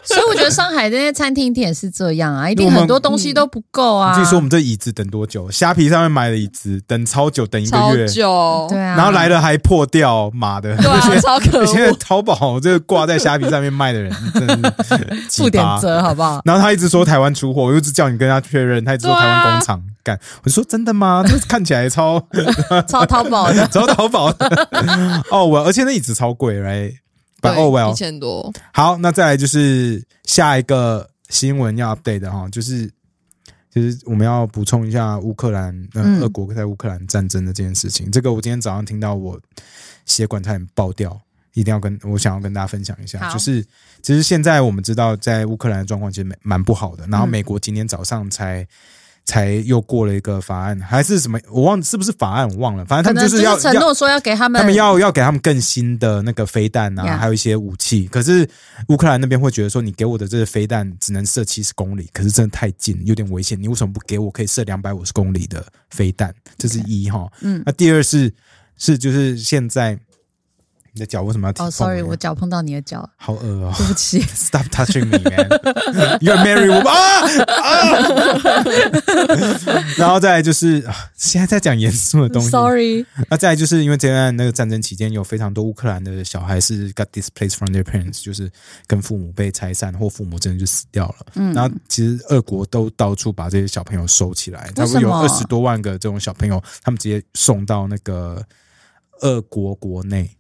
Speaker 1: 所以我觉得上海那些餐厅一定也是这样啊，一定
Speaker 2: 我们嗯
Speaker 1: 很多东西都不够啊。
Speaker 2: 据说我们这椅子等多久？虾皮上面买的椅子等超久，等一
Speaker 3: 超
Speaker 2: 个月，
Speaker 3: 久，
Speaker 1: 对啊，
Speaker 2: 然后来了还破掉，妈的！
Speaker 3: 对啊，超可
Speaker 2: 现在
Speaker 3: 恶，
Speaker 2: 淘宝这个挂在虾皮上面卖的人，真的 是奇葩
Speaker 1: 负点折好不好？
Speaker 2: 然后他一直说台湾出货，我就只叫你跟他确认，他一直说台湾工厂干、我就说真的吗？这看起来超，
Speaker 1: 超淘宝的
Speaker 2: 超淘宝的哦，我而且那椅子超贵，right？
Speaker 3: 对
Speaker 2: But oh well，
Speaker 3: 一千多，
Speaker 2: 好，那再来就是下一个新闻要 update 的哈，就是就是我们要补充一下乌克兰、呃
Speaker 1: 嗯
Speaker 2: 俄国在乌克兰战争的这件事情。这个我今天早上听到，我血管差点爆掉，一定要跟我想要跟大家分享一下，
Speaker 1: 好
Speaker 2: 就是其实现在我们知道，在乌克兰的状况其实蛮蛮不好的，然后
Speaker 1: 嗯
Speaker 2: 美国今天早上才。才又过了一个法案，还是什么？我忘是不是法案？我忘了。反正
Speaker 1: 可
Speaker 2: 他
Speaker 1: 能
Speaker 2: 们
Speaker 1: 就是
Speaker 2: 要
Speaker 1: 承
Speaker 2: 要
Speaker 1: 诺说要给他们，
Speaker 2: 他们要要给他们更新的那个飞弹啊
Speaker 1: Yeah
Speaker 2: 还有一些武器。可是乌克兰那边会觉得说，你给我的这个飞弹只能射七十公里，可是真的太近，有点危险。你为什么不给我可以射两百五十公里的飞弹？这是一哈。
Speaker 1: 嗯
Speaker 2: 那第二是是就是现在你的脚为什么要踢
Speaker 1: 哦
Speaker 2: 痛啊
Speaker 1: ，sorry，我脚碰到你的脚 了，
Speaker 2: 好恶哦。
Speaker 1: 对不起。
Speaker 2: Stop touching me, man. You're married woman. 啊啊！ 然后再来就是，啊现在在讲严肃的东西。
Speaker 1: Sorry，
Speaker 2: 那再来就是因为这段那个战争期间，有非常多乌克兰的小孩是 got displaced from their parents，就是跟父母被拆散，或父母真的就死掉了。嗯，然后其实俄国都到处把这些小朋友收起来，差
Speaker 1: 为
Speaker 2: 不
Speaker 1: 什
Speaker 2: 多有
Speaker 1: 么
Speaker 2: 二十多万个这种小朋友，他们直接送到那个俄国国内。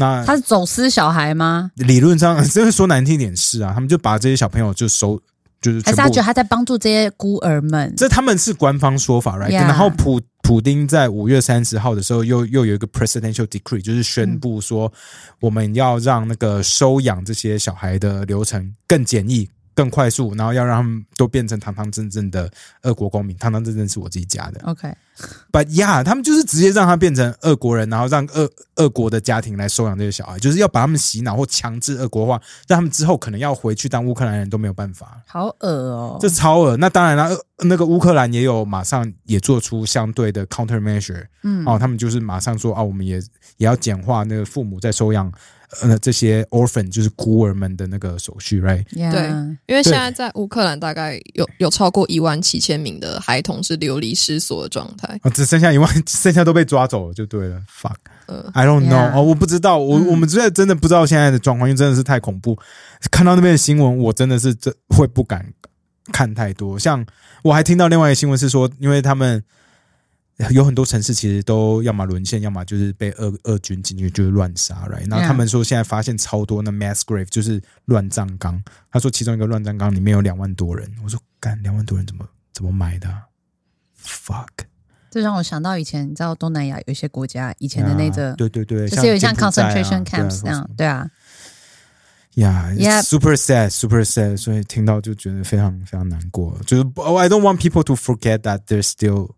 Speaker 2: 那
Speaker 1: 他是走私小孩吗？
Speaker 2: 理论上， 真的说难听一点是啊，他们就把这些小朋友就收，就是
Speaker 1: 还
Speaker 2: 全
Speaker 1: 是
Speaker 2: 部
Speaker 1: 他觉得他在帮助这些孤儿们？
Speaker 2: 这他们是官方说法，right？、
Speaker 1: Yeah
Speaker 2: 然后普普丁在五月三十号的时候又又有一个 presidential decree，就是宣布说我们要让那个收养这些小孩的流程更简易、更快速，然后要让他们都变成堂堂正正的俄国公民。堂堂正正是我自己加的
Speaker 1: OK，
Speaker 2: ，but yeah，他们就是直接让他变成俄国人，然后让俄俄国的家庭来收养这些小孩，就是要把他们洗脑或强制俄国化，让他们之后可能要回去当乌克兰人都没有办法。
Speaker 1: 好恶哦
Speaker 2: 这。超恶。那当然了，呃那个乌克兰也有马上也做出相对的 countermeasure，
Speaker 1: 嗯
Speaker 2: 哦，他们就是马上说啊，我们也也要简化那个父母在收养呃这些 orphan 就是孤儿们的那个手续，right？
Speaker 1: Yeah
Speaker 3: 因为现在在乌克兰大概有有超过一万七千名的孩童是流离失所的状态。
Speaker 2: 啊，只剩下一万， 剩下都被抓走了，就对了。Fuck。
Speaker 3: 呃，
Speaker 2: I don't know，、
Speaker 1: Yeah 嗯
Speaker 2: 哦，我不知道，我、我们真的真的不知道现在的状况，因为真的是太恐怖。看到那边的新闻，我真的是这会不敢看太多。像我还听到另外一个新闻是说，因为他们有很多城市其实都要么沦陷，要么就是被俄俄军进去就是乱杀，right？然后
Speaker 1: Yeah
Speaker 2: 他们说现在发现超多那 mass grave 就是乱葬岗，他说其中一个乱葬岗里面有两万多人，我说干两万多人怎么怎么埋的啊、？fuck，
Speaker 1: 这让我想到以前你知道东南亚有一些国家以前的那
Speaker 2: 啊
Speaker 1: 个，
Speaker 2: 对对对，
Speaker 1: 就是有点像
Speaker 2: 柬埔寨啊
Speaker 1: concentration
Speaker 2: 对啊
Speaker 1: camps 那
Speaker 2: 或什么
Speaker 1: 样，对啊，
Speaker 2: Yeah, it's
Speaker 1: Yep.
Speaker 2: super sad, super sad. 所以听到就觉得非常非常难过。就是 oh, I don't want people to forget that there's still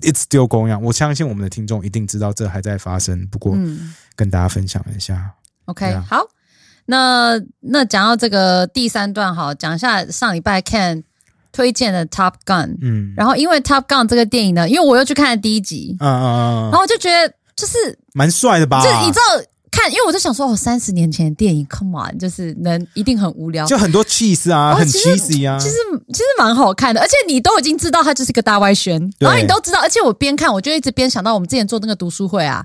Speaker 2: it's still going on。我相信我们的听众一定知道这还在发生，不过
Speaker 1: 嗯。
Speaker 2: 跟大家分享一下。
Speaker 1: OK，、
Speaker 2: 啊对啊
Speaker 1: 好，那那讲到这个第三段哈，讲一下上礼拜 Ken 推荐的《Top Gun》，
Speaker 2: 嗯，
Speaker 1: 然后因为《Top Gun》这个电影呢，因为我又去看了第一集，
Speaker 2: 嗯嗯嗯
Speaker 1: 然
Speaker 2: 嗯，
Speaker 1: 后我就觉得就是
Speaker 2: 蛮帅的吧？
Speaker 1: 就哦你知道看，因为我就想说，我三十年前的电影，Come on，就是能一定很无聊。
Speaker 2: 就很多 cheese 啊，
Speaker 1: 哦
Speaker 2: 很
Speaker 1: 其实
Speaker 2: cheesy 啊。
Speaker 1: 其实其实蛮好看的，而且你都已经知道它就是个大外宣，
Speaker 2: 对
Speaker 1: 然后你都知道，而且我边看我就一直边想到我们之前做那个读书会啊，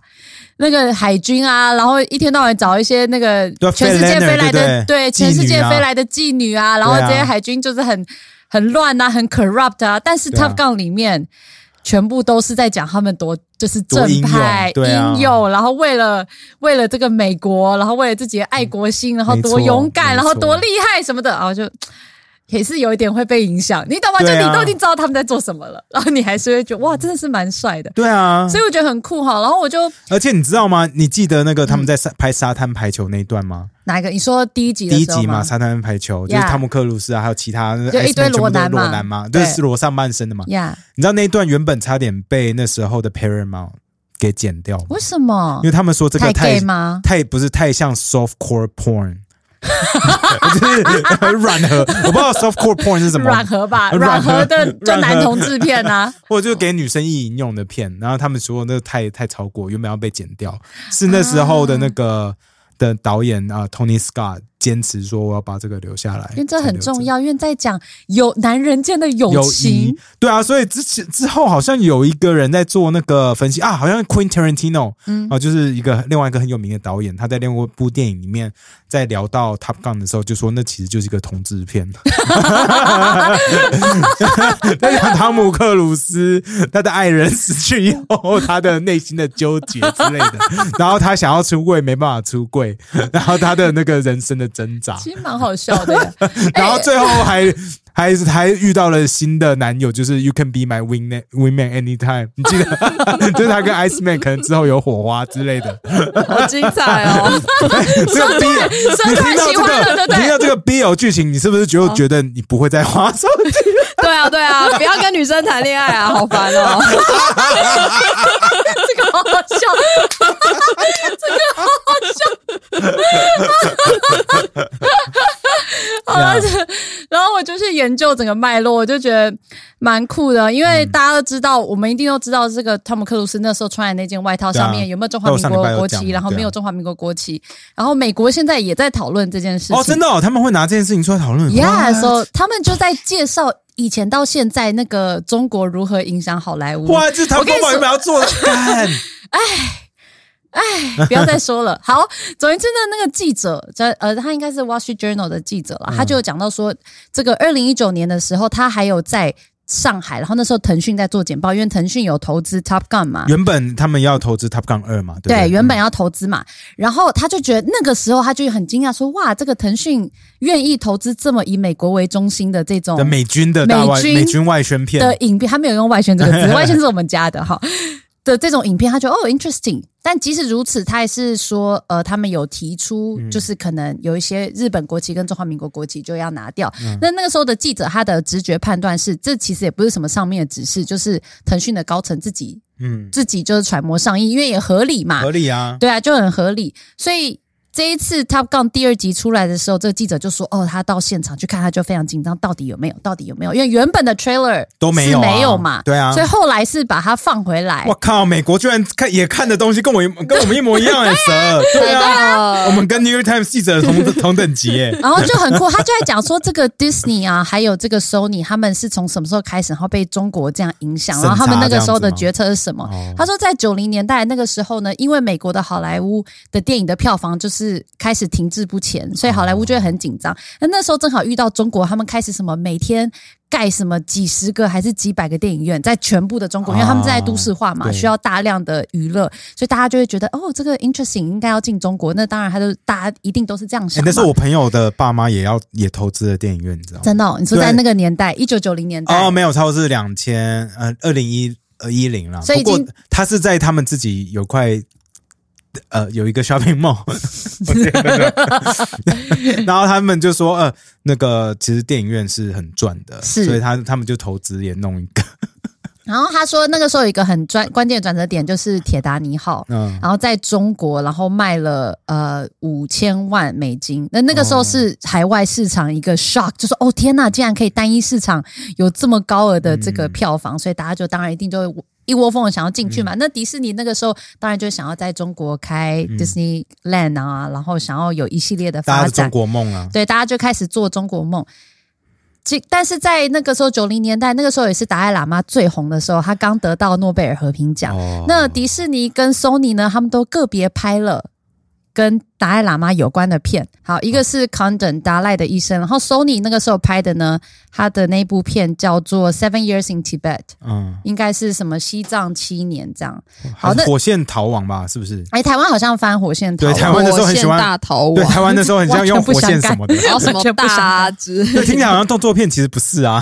Speaker 1: 那个海军啊，然后一天到晚找一些那个
Speaker 2: 对啊
Speaker 1: 全世界
Speaker 2: Fat Leonard，
Speaker 1: 飞来的
Speaker 2: 对不对
Speaker 1: 全世
Speaker 2: 妓
Speaker 1: 界
Speaker 2: 女啊
Speaker 1: 飞来的妓女啊，然后
Speaker 2: 对啊
Speaker 1: 这些海军就是很很乱啊，很 corrupt 啊，但是
Speaker 2: 对啊
Speaker 1: Top Gun 里面。全部都是在讲他们多就是
Speaker 2: 多
Speaker 1: 正
Speaker 2: 英勇
Speaker 1: 派
Speaker 2: 对啊
Speaker 1: 勇然后为了为了这个美国，然后为了自己的爱国心，然后
Speaker 2: 嗯没
Speaker 1: 多
Speaker 2: 错
Speaker 1: 勇敢，
Speaker 2: 没
Speaker 1: 然后
Speaker 2: 错
Speaker 1: 多厉害什么的，然后就也是有一点会被影响，你懂吗？就
Speaker 2: 对啊
Speaker 1: 你都已经知道他们在做什么了， 然后你还是会觉得哇，真的是蛮帅的，
Speaker 2: 对啊，
Speaker 1: 所以我觉得很酷哈。然后我就
Speaker 2: 而且你知道吗？你记得那个他们在沙拍沙滩排球那一段吗？
Speaker 1: 哪一个？你说第一集的
Speaker 2: 第
Speaker 1: 嗯
Speaker 2: 一
Speaker 1: 时候
Speaker 2: 集嘛，
Speaker 1: 吗？
Speaker 2: 沙滩排球就是
Speaker 1: Yeah
Speaker 2: 汤姆克鲁斯啊，还有其他
Speaker 1: 就一堆
Speaker 2: Iceman 全部
Speaker 1: 裸
Speaker 2: 都是
Speaker 1: 男嘛
Speaker 2: 裸男嘛，就是
Speaker 1: 对
Speaker 2: 裸上半身的嘛。
Speaker 1: 呀
Speaker 2: 你知道那一段原本差点被那时候的 Paramount 给剪掉，
Speaker 1: 为什么
Speaker 2: 因？为他们说这个
Speaker 1: 太
Speaker 2: 太
Speaker 1: gay 吗？
Speaker 2: 太不是太像 soft core porn，就是很软和。我不知道 soft core porn 是什么
Speaker 1: 软，和吧， 软
Speaker 2: 软和
Speaker 1: 和的就
Speaker 2: 软和
Speaker 1: 男同志片 啊，
Speaker 2: 或者就是给女生意淫用的片。然后他们说那个太太超过，原本要被剪掉，是那时候的那个。的导演啊、t o n y Scott 坚持说我要把这个留下来，
Speaker 1: 因为这很重
Speaker 2: 要。
Speaker 1: 要，因为在讲有男人间的友情
Speaker 2: 谊，，对啊，所以之前之后好像有一个人在做那个分析啊，好像 Quentin Tarantino，嗯，啊，就是一个另外一个很有名的导演，他在另外一部电影里面，在聊到 Top Gun 的时候，就说那其实就是一个同志片，在讲汤姆克鲁斯他的爱人死去以后，他的内心的纠结之类的，然后他想要出柜没办法出柜，然后他的那个人生的挣扎，
Speaker 1: 其实蛮好笑的耶。
Speaker 2: 然后最后还还还遇到了新的男友，就是 You can be my wingman wingman anytime，你记得？ 就是他跟 Ice Man 可能之后有火花之类的。
Speaker 3: 好精彩 哦！
Speaker 2: 这个 B，你听到
Speaker 1: 喜
Speaker 2: 这
Speaker 1: 欢了对
Speaker 2: 个，
Speaker 1: 不
Speaker 2: 你
Speaker 1: 对哦
Speaker 2: 听到这个 BL 剧情，你是不是就觉得你不会再花手机？
Speaker 3: 对啊，对啊，不要跟女生谈恋爱啊，好烦 哦！
Speaker 1: 这个好好笑，这个好好笑。好
Speaker 2: 哦
Speaker 1: 了，这然后我就去研究整个脉络，我就觉得蛮酷的，因
Speaker 2: 嗯
Speaker 1: 为大家都知道，我们一定都知道这个汤姆克鲁斯那时候穿的那件外套
Speaker 2: 对啊
Speaker 1: 上面有没有中华民
Speaker 2: 那我上礼拜
Speaker 1: 国
Speaker 2: 有
Speaker 1: 国
Speaker 2: 讲
Speaker 1: 旗，
Speaker 2: 嘛
Speaker 1: 然后没
Speaker 2: 对
Speaker 1: 有
Speaker 2: 啊
Speaker 1: 中华民国国旗，然后美国现在也在讨论这件事情。
Speaker 2: 哦，真的哦，他们会拿这件事情出来讨论。
Speaker 1: Yeah，
Speaker 2: 哇
Speaker 1: so 他们就在介绍以前到现在那个中国如何影响好莱坞。
Speaker 2: 哇，这他
Speaker 1: 我
Speaker 2: 们
Speaker 1: 跟
Speaker 2: 根
Speaker 1: 你
Speaker 2: 本
Speaker 1: 说
Speaker 2: 没有做的干。
Speaker 1: 不要再说了。好，总而言之呢，那个记者在呃，他应该是《Wall Street Journal》的记者了，他就有讲到说，这个二零一九年的时候，他还有在上海，然后那时候腾讯在做简报，因为腾讯有投资 Top Gun 嘛。
Speaker 2: 原本他们要投资 Top Gun 二嘛，对不嗯
Speaker 1: 对，
Speaker 2: 对，
Speaker 1: 原本要投资嘛，然后他就觉得那个时候他就很惊讶说，哇，这个腾讯愿意投资这么以美国为中心的这种
Speaker 2: 的美军的大外
Speaker 1: 美军
Speaker 2: 美军外宣片
Speaker 1: 的影片，他没有用外宣这个字，外宣是我们家的哈。的这种影片，他觉得哦，interesting。但即使如此，他也是说，呃，他们有提出，就是可能有一些日本国旗跟中华民国国旗就要拿掉。那那个时候的记者，他的直觉判断是，这其实也不是什么上面的指示，就是腾讯的高层自己
Speaker 2: 嗯，
Speaker 1: 自己就是揣摩上意，因为也合理嘛，
Speaker 2: 合理啊。
Speaker 1: 对啊，就很合理。所以这一次《Top Gun》第二集出来的时候，这个记者就说：“哦，他到现场去看，他就非常紧张，到底有没有？到底有没有？因为原本的 trailer
Speaker 2: 都没
Speaker 1: 是
Speaker 2: 有啊
Speaker 1: 没有嘛，
Speaker 2: 对啊
Speaker 1: 所以后来是把它放回来
Speaker 2: 我。靠，美国居然看也看的东西 跟我一跟我们一模一样哎、蛇，对啊，我们跟 New York Times 记者 同同等级哎、
Speaker 1: 然后就很酷，他就在讲说这个 Disney 啊，还有这个 Sony，他们是从什么时候开始，然后被中国这样影响，
Speaker 2: 审查
Speaker 1: 然后他们那个时候
Speaker 2: 这
Speaker 1: 的
Speaker 2: 样子吗
Speaker 1: 决策是什么？
Speaker 2: 哦
Speaker 1: 他说，在九零年代那个时候呢，因为美国的好莱坞的电影的票房就是开始停滞不前，所以好莱坞就会很紧张。那那时候正好遇到中国，他们开始什么每天盖什么几十个还是几百个电影院，在全部的中国，因为他们在都市化
Speaker 2: 哦
Speaker 1: 嘛，
Speaker 2: 对
Speaker 1: 需要大量的娱乐，所以大家就会觉得哦，这个 interesting 应该要进中国。那当然，他就大家一定都是这样
Speaker 2: 欸
Speaker 1: 想嘛。
Speaker 2: 但是我朋友的爸妈也要也投资了电影院，你知道吗？
Speaker 1: 真的哦、你说
Speaker 2: 对
Speaker 1: 在那个年代，一九九零年代，
Speaker 2: 哦，没有，超是两千呃二零一呃一零啦。
Speaker 1: 所以
Speaker 2: 不
Speaker 1: 已经
Speaker 2: 过他是在他们自己有块呃有一个 shopping mall，我记得那个然后他们就说呃那个其实电影院是很赚的，
Speaker 1: 是
Speaker 2: 所以他他们就投资也弄一个，
Speaker 1: 然后他说那个时候有一个很转关键的转折点就是《铁达尼号》。
Speaker 2: 嗯，
Speaker 1: 然后在中国，然后卖了呃五千万美金。那那个
Speaker 2: 哦
Speaker 1: 时候是海外市场一个 shock，就说哦天呐，竟然可以单一市场有这么高额的这个票房，所以大家就当然一定就会一窝蜂的想要进
Speaker 2: 嗯
Speaker 1: 去嘛。那迪士尼那个时候当然就想要在中国开 Disneyland 啊，然后想要有一系列的
Speaker 2: 大家
Speaker 1: 发
Speaker 2: 的中
Speaker 1: 展，
Speaker 2: 国梦啊，
Speaker 1: 对，大家就开始做中国梦。其但是在那个时候九零年代，那个时候也是达赖喇嘛最红的时候，他刚得到诺贝尔和平奖。
Speaker 2: 哦
Speaker 1: 啊那迪士尼跟 Sony 呢，他们都个别拍了跟达赖喇嘛有关的片。好，一个是《Condon 达赖的一生》，然后 Sony 那个时候拍的呢，他的那部片叫做《Seven Years in Tibet》，
Speaker 2: 嗯，
Speaker 1: 应该是什么西藏七年这样。
Speaker 2: 还
Speaker 1: 好
Speaker 2: 是
Speaker 1: 那
Speaker 2: 火线逃亡吧，是不是？
Speaker 1: 哎，台湾好像翻火线逃
Speaker 2: 对
Speaker 1: 亡，
Speaker 2: 台湾的时候很喜欢
Speaker 3: 火线大逃
Speaker 2: 对，
Speaker 3: 亡，
Speaker 2: 台湾那时候很像用
Speaker 1: 完全
Speaker 2: 火
Speaker 1: 不
Speaker 2: 线
Speaker 1: 相干
Speaker 2: 什 么的，
Speaker 3: 然后 什么
Speaker 1: 完全不想
Speaker 3: 大之
Speaker 2: 对，听起来好像动作片，其实不 是啊，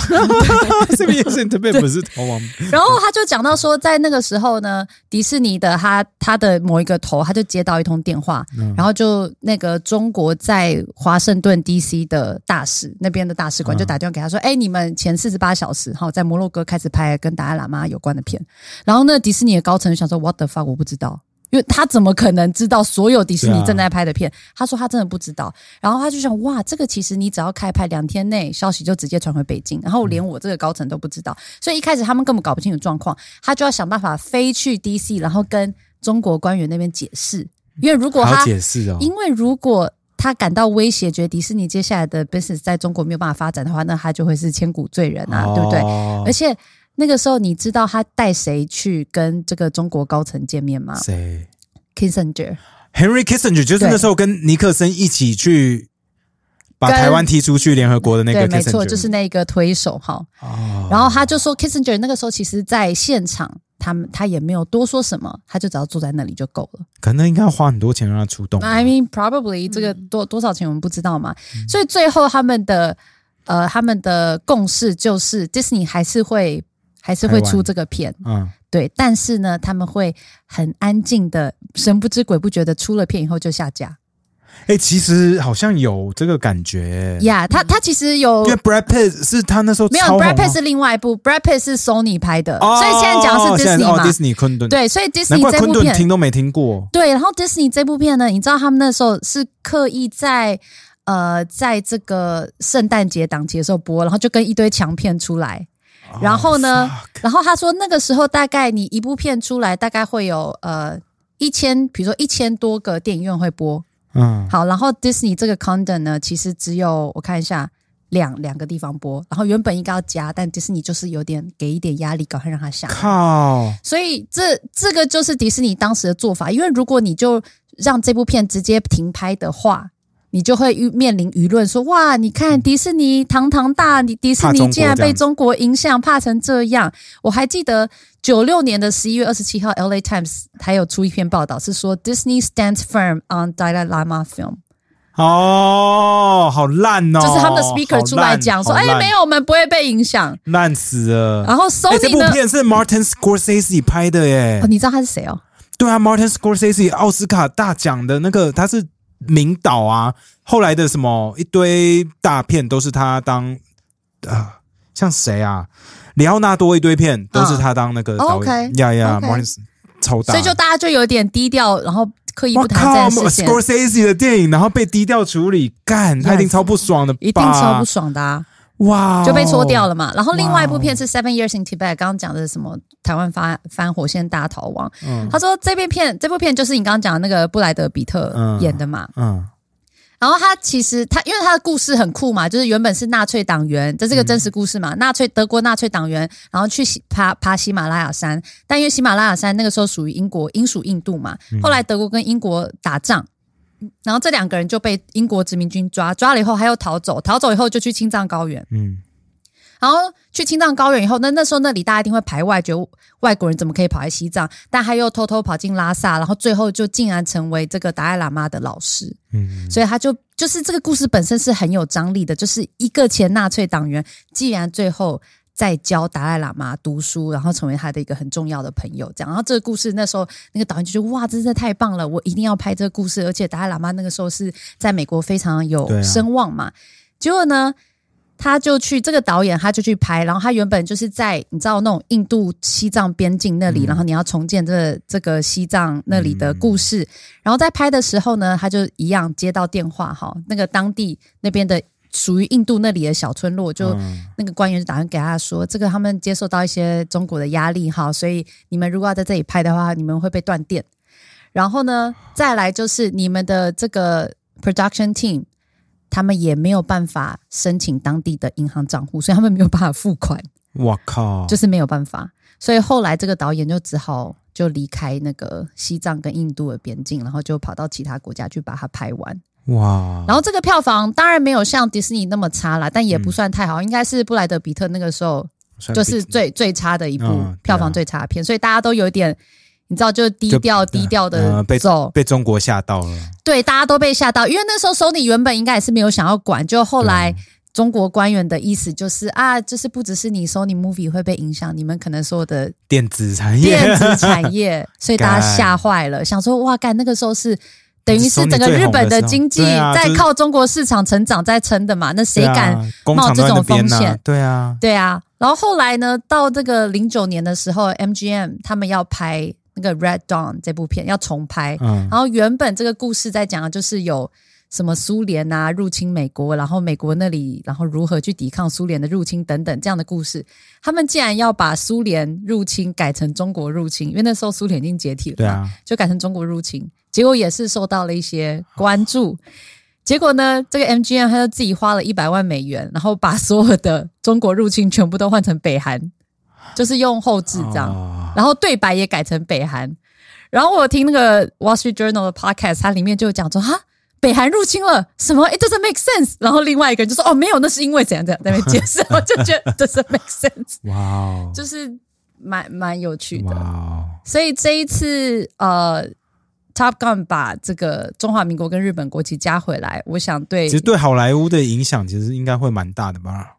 Speaker 2: 这边也是特别不是逃亡，
Speaker 1: 然后他就讲到说，
Speaker 2: 嗯
Speaker 1: 在那个时候呢，迪士尼的他他的某一个头，他就接到一通电话，然后就就那个中国在华盛顿 D.C. 的大使那边的大使馆
Speaker 2: 嗯
Speaker 1: 就打电话给他说：“哎、你们前四十八小时哈，在摩洛哥开始拍跟达赖喇嘛有关的片。”然后那迪士尼的高层就想说：“What the fuck？我不知道。”因为他怎么可能知道所有迪士
Speaker 2: 对
Speaker 1: 尼
Speaker 2: 啊
Speaker 1: 正在拍的片？他说他真的不知道，然后他就想，哇，这个其实你只要开拍两天内，消息就直接传回北京，然后
Speaker 2: 嗯
Speaker 1: 连我这个高层都不知道，所以一开始他们根本搞不清楚状况，他就要想办法飞去 DC，然后跟中国官员那边解释，因为如果
Speaker 2: 好
Speaker 1: 他，
Speaker 2: 解释哦。
Speaker 1: 因为如果他感到威胁，觉得迪士尼接下来的 business 在中国没有办法发展的话，那他就会是千古罪人啊，对不对？而
Speaker 2: 对？
Speaker 1: 且那个时候你知道他带谁去跟这个中国高层见面吗
Speaker 2: 谁
Speaker 1: ？Kissinger。
Speaker 2: ？Henry Kissinger 就是
Speaker 1: 对
Speaker 2: 那时候跟尼克森一起去把
Speaker 1: 跟
Speaker 2: 台湾踢出去联合国的那个
Speaker 1: 对，
Speaker 2: Kissinger，
Speaker 1: 没错，就是那一个推手哈。
Speaker 2: 哦
Speaker 1: 然后他就说，Kissinger 那个时候其实在现场，他们他也没有多说什么，他就只要坐在那里就够了。
Speaker 2: 可能应该要花很多钱让他出动。啊
Speaker 1: I mean, probably 这个
Speaker 2: 嗯
Speaker 1: 多多少钱我们不知道嘛。所以最后他们的呃他们的共识就是 Disney 还是会还是会
Speaker 2: 台湾
Speaker 1: 出这个片，
Speaker 2: 嗯，
Speaker 1: 对，但是呢他们会很安静的神不知鬼不觉的出了片以后就下架。
Speaker 2: 哎、其实好像有这个感觉
Speaker 1: 呀、yeah,，他他其实有
Speaker 2: 嗯因为 Brad Pitt 是他那时候
Speaker 1: 没有
Speaker 2: 超红啊
Speaker 1: ，Brad Pitt 是另外一部，Brad Pitt 是 Sony 拍的，
Speaker 2: 哦
Speaker 1: 所以现在讲的是
Speaker 2: 现在
Speaker 1: Disney
Speaker 2: 哦
Speaker 1: 嘛。
Speaker 2: ，Disney 昆顿，，
Speaker 1: 对，所以
Speaker 2: 难
Speaker 1: Disney
Speaker 2: 怪
Speaker 1: 这
Speaker 2: 昆
Speaker 1: 部
Speaker 2: 顿听
Speaker 1: 片，
Speaker 2: 都没听过。
Speaker 1: 对，然后 Disney 这部片呢，你知道他们那时候是刻意在呃，在这个圣诞节档期的时候播，然后就跟一堆强片出来。然后呢
Speaker 2: 哦 Oh, fuck
Speaker 1: 然后他说那个时候大概你一部片出来，大概会有呃一千，比如说一千多个电影院会播。
Speaker 2: 嗯，
Speaker 1: 好，然后 Disney 这个 content 呢，其实只有我看一下。两两个地方播，然后原本应该要加，但迪士尼就是有点给一点压力，赶快让他下。
Speaker 2: 靠，
Speaker 1: 所以这这个就是迪士尼当时的做法，因为如果你就让这部片直接停拍的话，你就会遇面临舆论说：哇，你
Speaker 2: 嗯
Speaker 1: 看迪士尼堂堂大，你迪士
Speaker 2: 怕中
Speaker 1: 尼
Speaker 2: 国
Speaker 1: 竟然
Speaker 2: 这样
Speaker 1: 被中国影响，怕成这样。我还记得九六年的十一月二十七号，《L.A. Times》还有出一篇报道，是说 Disney stands firm on Dalai Lama film，、
Speaker 2: 哦，好烂哦，
Speaker 1: 就是他们的 speaker 出来讲说：
Speaker 2: 好
Speaker 1: 哎
Speaker 2: 烂，
Speaker 1: 没有，我们不会被影响。
Speaker 2: 烂死了。
Speaker 1: 然后
Speaker 2: 哎这
Speaker 1: Sony
Speaker 2: 部
Speaker 1: 呢？
Speaker 2: 片是 Martin Scorsese 拍的耶
Speaker 1: 哦，，你知道他是谁哦？
Speaker 2: 对啊，Martin Scorsese 奥斯卡大奖的那个，他是名导啊。后来的什么一堆大片都是他当啊，像谁啊？里奥纳多一堆片都是他当那个导
Speaker 1: 嗯
Speaker 2: 演，
Speaker 1: 哦 OK，
Speaker 2: 呀呀
Speaker 1: OK
Speaker 2: ，Martin 超大，
Speaker 1: 所以就大家就有点低调，然后刻意
Speaker 2: 我
Speaker 1: 不谈这件
Speaker 2: 啊靠
Speaker 1: 事情。
Speaker 2: ，Scorsese 的电影，然后被低调处理，干，他一定
Speaker 1: Yes
Speaker 2: 超不爽的吧，
Speaker 1: 一定超不爽的、啊，
Speaker 2: 哇，
Speaker 1: 就被戳掉了嘛。然后另外一部
Speaker 2: 哇哦
Speaker 1: 片是《Seven Years in Tibet》，刚刚讲的是什么台湾翻翻火线大逃亡。
Speaker 2: 嗯
Speaker 1: 他说这部片这部片就是你刚刚讲的那个布莱德比特
Speaker 2: 嗯
Speaker 1: 演的嘛。
Speaker 2: 嗯，
Speaker 1: 然后他其实他因为他的故事很酷嘛，就是原本是纳粹党员，这是个真实故事嘛。纳粹德国纳粹党员，然后去喜爬爬喜马拉雅山，但因为喜马拉雅山那个时候属于英国，英属印度嘛。后来德国跟英国打仗。然后这两个人就被英国殖民军抓，抓了以后他又逃走，逃走以后就去青藏高原，
Speaker 2: 嗯，
Speaker 1: 然后去青藏高原以后，那那时候那里大家一定会排外，觉得外国人怎么可以跑来西藏？但他又偷偷跑进拉萨，然后最后就竟然成为这个达赖喇嘛的老师。
Speaker 2: 嗯，
Speaker 1: 所以他就就是这个故事本身是很有张力的，就是一个前纳粹党员，既然最后在教达赖喇嘛读书，然后成为他的一个很重要的朋友，这样。然后这个故事那时候那个导演就觉得哇，真的太棒了，我一定要拍这个故事，而且达赖喇嘛那个时候是在美国非常
Speaker 2: 对啊
Speaker 1: 有声望嘛。结果呢？他就去这个导演，他就去拍，然后他原本就是在你知道那种印度西藏边境那里，
Speaker 2: 嗯
Speaker 1: 然后你要重建这这个西藏那里的故事，然后在拍的时候呢，他就一样接到电话哈，那个当地那边的属于印度那里的小村落，就、
Speaker 2: 嗯
Speaker 1: 那个官员就打算给他说，这个他们接受到一些中国的压力哈，所以你们如果要在这里拍的话，你们会被断电。然后呢，再来就是你们的这个 production team，他们也没有办法申请当地的银行账户，所以他们没有办法付款。
Speaker 2: 我靠，
Speaker 1: 就是没有办法。所以后来这个导演就只好就离开那个西藏跟印度的边境，然后就跑到其他国家去把它拍完。
Speaker 2: 哇，
Speaker 1: 然后这个票房当然没有像迪士尼那么差啦，但也不算太好，应该是布莱德比特那个时候
Speaker 2: 算
Speaker 1: 就是
Speaker 2: 嗯呃比
Speaker 1: 最最差的一部、
Speaker 2: 嗯对啊
Speaker 1: 票房最差的片，所以大家都有点。你知道，就低调
Speaker 2: 就
Speaker 1: 低调
Speaker 2: 呃
Speaker 1: 的
Speaker 2: 被
Speaker 1: 走，
Speaker 2: 被中国吓到了，
Speaker 1: 对，大家都被吓到，因为那时候 Sony 原本应该也是没有想要管，就后
Speaker 2: 啊
Speaker 1: 来中国官员的意思就是啊，就是不只是你 Sony Movie 会被影响，你们可能所有的
Speaker 2: 电子产业，
Speaker 1: 电子产业，所以大家吓坏了，想说哇，干那个时候是等于是整个日本的经济
Speaker 2: 对啊就
Speaker 1: 在
Speaker 2: 是
Speaker 1: 靠中国市场成长在撑的嘛，那谁
Speaker 2: 对啊
Speaker 1: 敢？
Speaker 2: 工
Speaker 1: 冒
Speaker 2: 厂
Speaker 1: 这
Speaker 2: 在
Speaker 1: 种
Speaker 2: 那边
Speaker 1: 风
Speaker 2: 呢
Speaker 1: 险
Speaker 2: 对啊，
Speaker 1: 对啊，然后后来呢，到这个零九年的时候，MGM 他们要拍那个《Red Dawn》这部片，要重拍。
Speaker 2: 嗯，
Speaker 1: 然后原本这个故事在讲的就是有什么苏联啊入侵美国，然后美国那里然后如何去抵抗苏联的入侵等等这样的故事。他们竟然要把苏联入侵改成中国入侵，因为那时候苏联已经解体了，
Speaker 2: 对，啊，
Speaker 1: 就改成中国入侵，结果也是受到了一些关注。结果呢，这个 MGM 他就自己花了一百万美元，然后把所有的中国入侵全部都换成北韩，就是用后置这样。
Speaker 2: 哦
Speaker 1: 然后对白也改成北韩。然后我有听那个《Wall Street Journal》的 podcast，它里面就有讲说哈。北韩入侵了，什么？It doesn't make sense。然后另外一个人就说：“哦，没有，那是因为怎样怎样，在那边解释。”我就 觉得 doesn't make sense，
Speaker 2: 哇哦，
Speaker 1: 就是蛮蛮有趣
Speaker 2: 哇
Speaker 1: 的。
Speaker 2: 哦，
Speaker 1: 所以这一次，呃，Top Gun 把这个中华民国跟日本国旗加回来，我想对
Speaker 2: 其实对好莱坞的影响其实应该会蛮大的吧？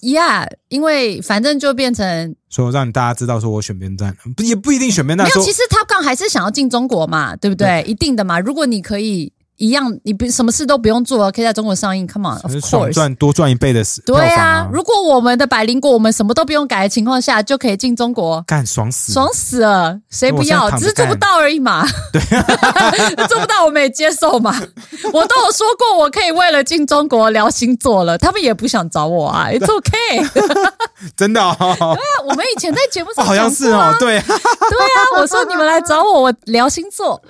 Speaker 1: ，Yeah，因为反正就变成
Speaker 2: 所以让大家知道说我选边站，不也不一定选边站，
Speaker 1: 没有，
Speaker 2: 说
Speaker 1: 其实 Top Gun 还是想要进中国嘛，对不对？一定的嘛。如果你可以一样，你不什么事都不用做，啊可以在中国上映，Come on，of
Speaker 2: 还是爽
Speaker 1: course。
Speaker 2: 赚多赚一倍的死票
Speaker 1: 对
Speaker 2: 房
Speaker 1: 啊，如果我们的百灵果我们什么都不用改的情况下，就可以进中国，
Speaker 2: 干爽死，
Speaker 1: 爽死了！谁不
Speaker 2: 嗯我
Speaker 1: 要
Speaker 2: 现在？躺着
Speaker 1: 只是做不到而已嘛。对， 做不到我们也接受嘛。我都有说过，我可以为了进中国聊星座了，他们也不想找我啊。It's okay。
Speaker 2: 真的 哦，
Speaker 1: 那我们以前在节目
Speaker 2: 哦
Speaker 1: 上
Speaker 2: 好像
Speaker 1: 讲
Speaker 2: 是
Speaker 1: 过啊
Speaker 2: 哦，对
Speaker 1: 对啊，我说你们来找我，我聊星座。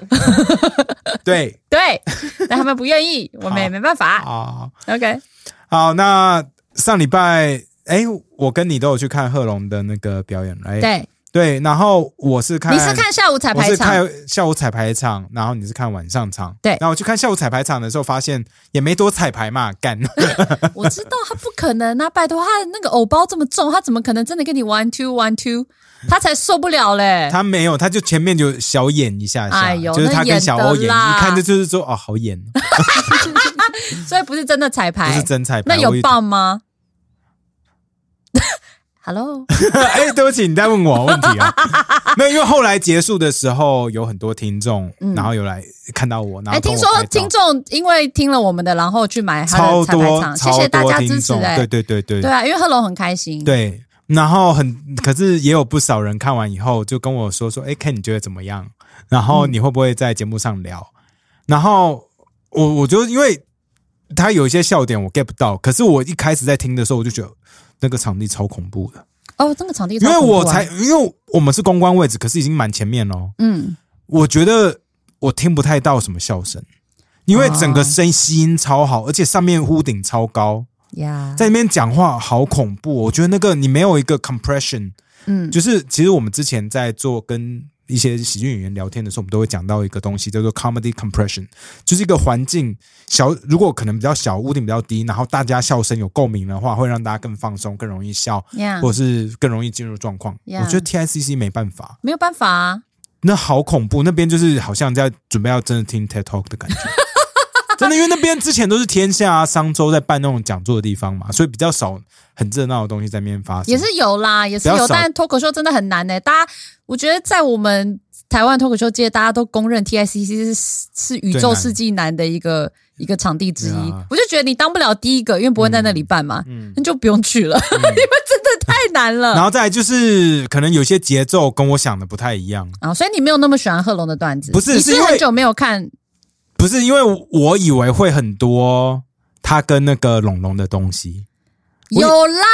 Speaker 2: 对
Speaker 1: 对，但他们不愿 意，我们也没办法。
Speaker 2: 啊，
Speaker 1: OK，
Speaker 2: 好，那上礼拜哎，我跟你都有去看贺龙的那个表演，哎，
Speaker 1: 对，
Speaker 2: 对，然后我是看
Speaker 1: 你是看下午彩
Speaker 2: 我
Speaker 1: 排
Speaker 2: 是
Speaker 1: 场，
Speaker 2: 看下午彩排场，然后你是看晚上场。
Speaker 1: 对
Speaker 2: 然后我去看下午彩排场的时候，发现也没多彩排嘛，干。
Speaker 1: 我知道他不可能啊！拜托，他那个藕包这么重，他怎么可能真的跟你 one two one two？他才受不了嘞！
Speaker 2: 他没有，他就前面就小演一下下，
Speaker 1: 哎呦
Speaker 2: 就是他跟小欧
Speaker 1: 那演的
Speaker 2: 演，
Speaker 1: 啦
Speaker 2: 一看就就是说哦，好演哦，
Speaker 1: 所以不是真的彩
Speaker 2: 不
Speaker 1: 排
Speaker 2: 是，真彩排。
Speaker 1: 那有
Speaker 2: 爆？
Speaker 1: 爆吗 ？Hello，
Speaker 2: 哎，对不起，你在问我问题 啊？没有，因为后来结束的时候有很多听众，
Speaker 1: 嗯
Speaker 2: 然后有来看到我，
Speaker 1: 哎，
Speaker 2: 然后跟
Speaker 1: 听
Speaker 2: 我
Speaker 1: 说
Speaker 2: 拍照
Speaker 1: 听众因为听了我们的，然后去买他
Speaker 2: 超
Speaker 1: 的彩排
Speaker 2: 多，
Speaker 1: 场，谢谢大
Speaker 2: 超多
Speaker 1: 家支
Speaker 2: 听
Speaker 1: 持
Speaker 2: 众，
Speaker 1: 哎
Speaker 2: 对，对对对
Speaker 1: 对啊，因为贺龙很开心，
Speaker 2: 对，然后很，可是也有不少人看完以后就跟我说说，哎，Ken 你觉得怎么样？然后你会不会在节目上聊？然后我我就因为他有一些笑点我 get 不到，可是我一开始在听的时候我就觉得那个场地超恐怖的，
Speaker 1: 哦，那个场地超
Speaker 2: 因为
Speaker 1: 恐怖啊
Speaker 2: 我才因为我们是公关位置，可是已经蛮前面喽，
Speaker 1: 嗯，
Speaker 2: 我觉得我听不太到什么笑声。因为整
Speaker 1: 啊
Speaker 2: 个声吸音超好，而且上面屋顶超高，
Speaker 1: 呀，
Speaker 2: 在那边讲话好恐怖哦、我觉得那个你没有一个 compression，
Speaker 1: 嗯
Speaker 2: 就是其实我们之前在做跟一些喜剧演员聊天的时候，我们都会讲到一个东西叫做 comedy compression，就是一个环境小，如果可能比较小，屋顶比较低，然后大家笑声有共鸣的话，会让大家更放松，更容易笑，
Speaker 1: 呀
Speaker 2: 或者是更容易进入状况。
Speaker 1: 嗯 Yeah
Speaker 2: 我觉得 TICC 没办法，
Speaker 1: 没有办法啊。
Speaker 2: 那好恐怖，那边就是好像在准备要真的听 TED Talk 的感觉。 真的，因为那边之前都是天下啊、商周在办那种讲座的地方嘛，所以比较少很热闹的东西在那边发生。
Speaker 1: 也是有啦，也是
Speaker 2: 比较
Speaker 1: 有，
Speaker 2: 少
Speaker 1: 但脱口秀真的很难呢、大家，我觉得在我们台湾脱口秀界，大家都公认 TICC 是是宇宙世纪难的一个一个场地之一。
Speaker 2: 对啊
Speaker 1: 我就觉得你当不了第一个，因为不会在那里办嘛，
Speaker 2: 嗯
Speaker 1: 那就不用去了， 因为真的太难了。
Speaker 2: 然后再来就是可能有些节奏跟我想的不太一样，
Speaker 1: 啊，所以你没有那么喜欢贺龙的段子，
Speaker 2: 不是
Speaker 1: 你
Speaker 2: 是
Speaker 1: 是
Speaker 2: 因为
Speaker 1: 很久没有看
Speaker 2: 不是因为我以为会很多他跟那个龙龙的东西，我以
Speaker 1: 有啦，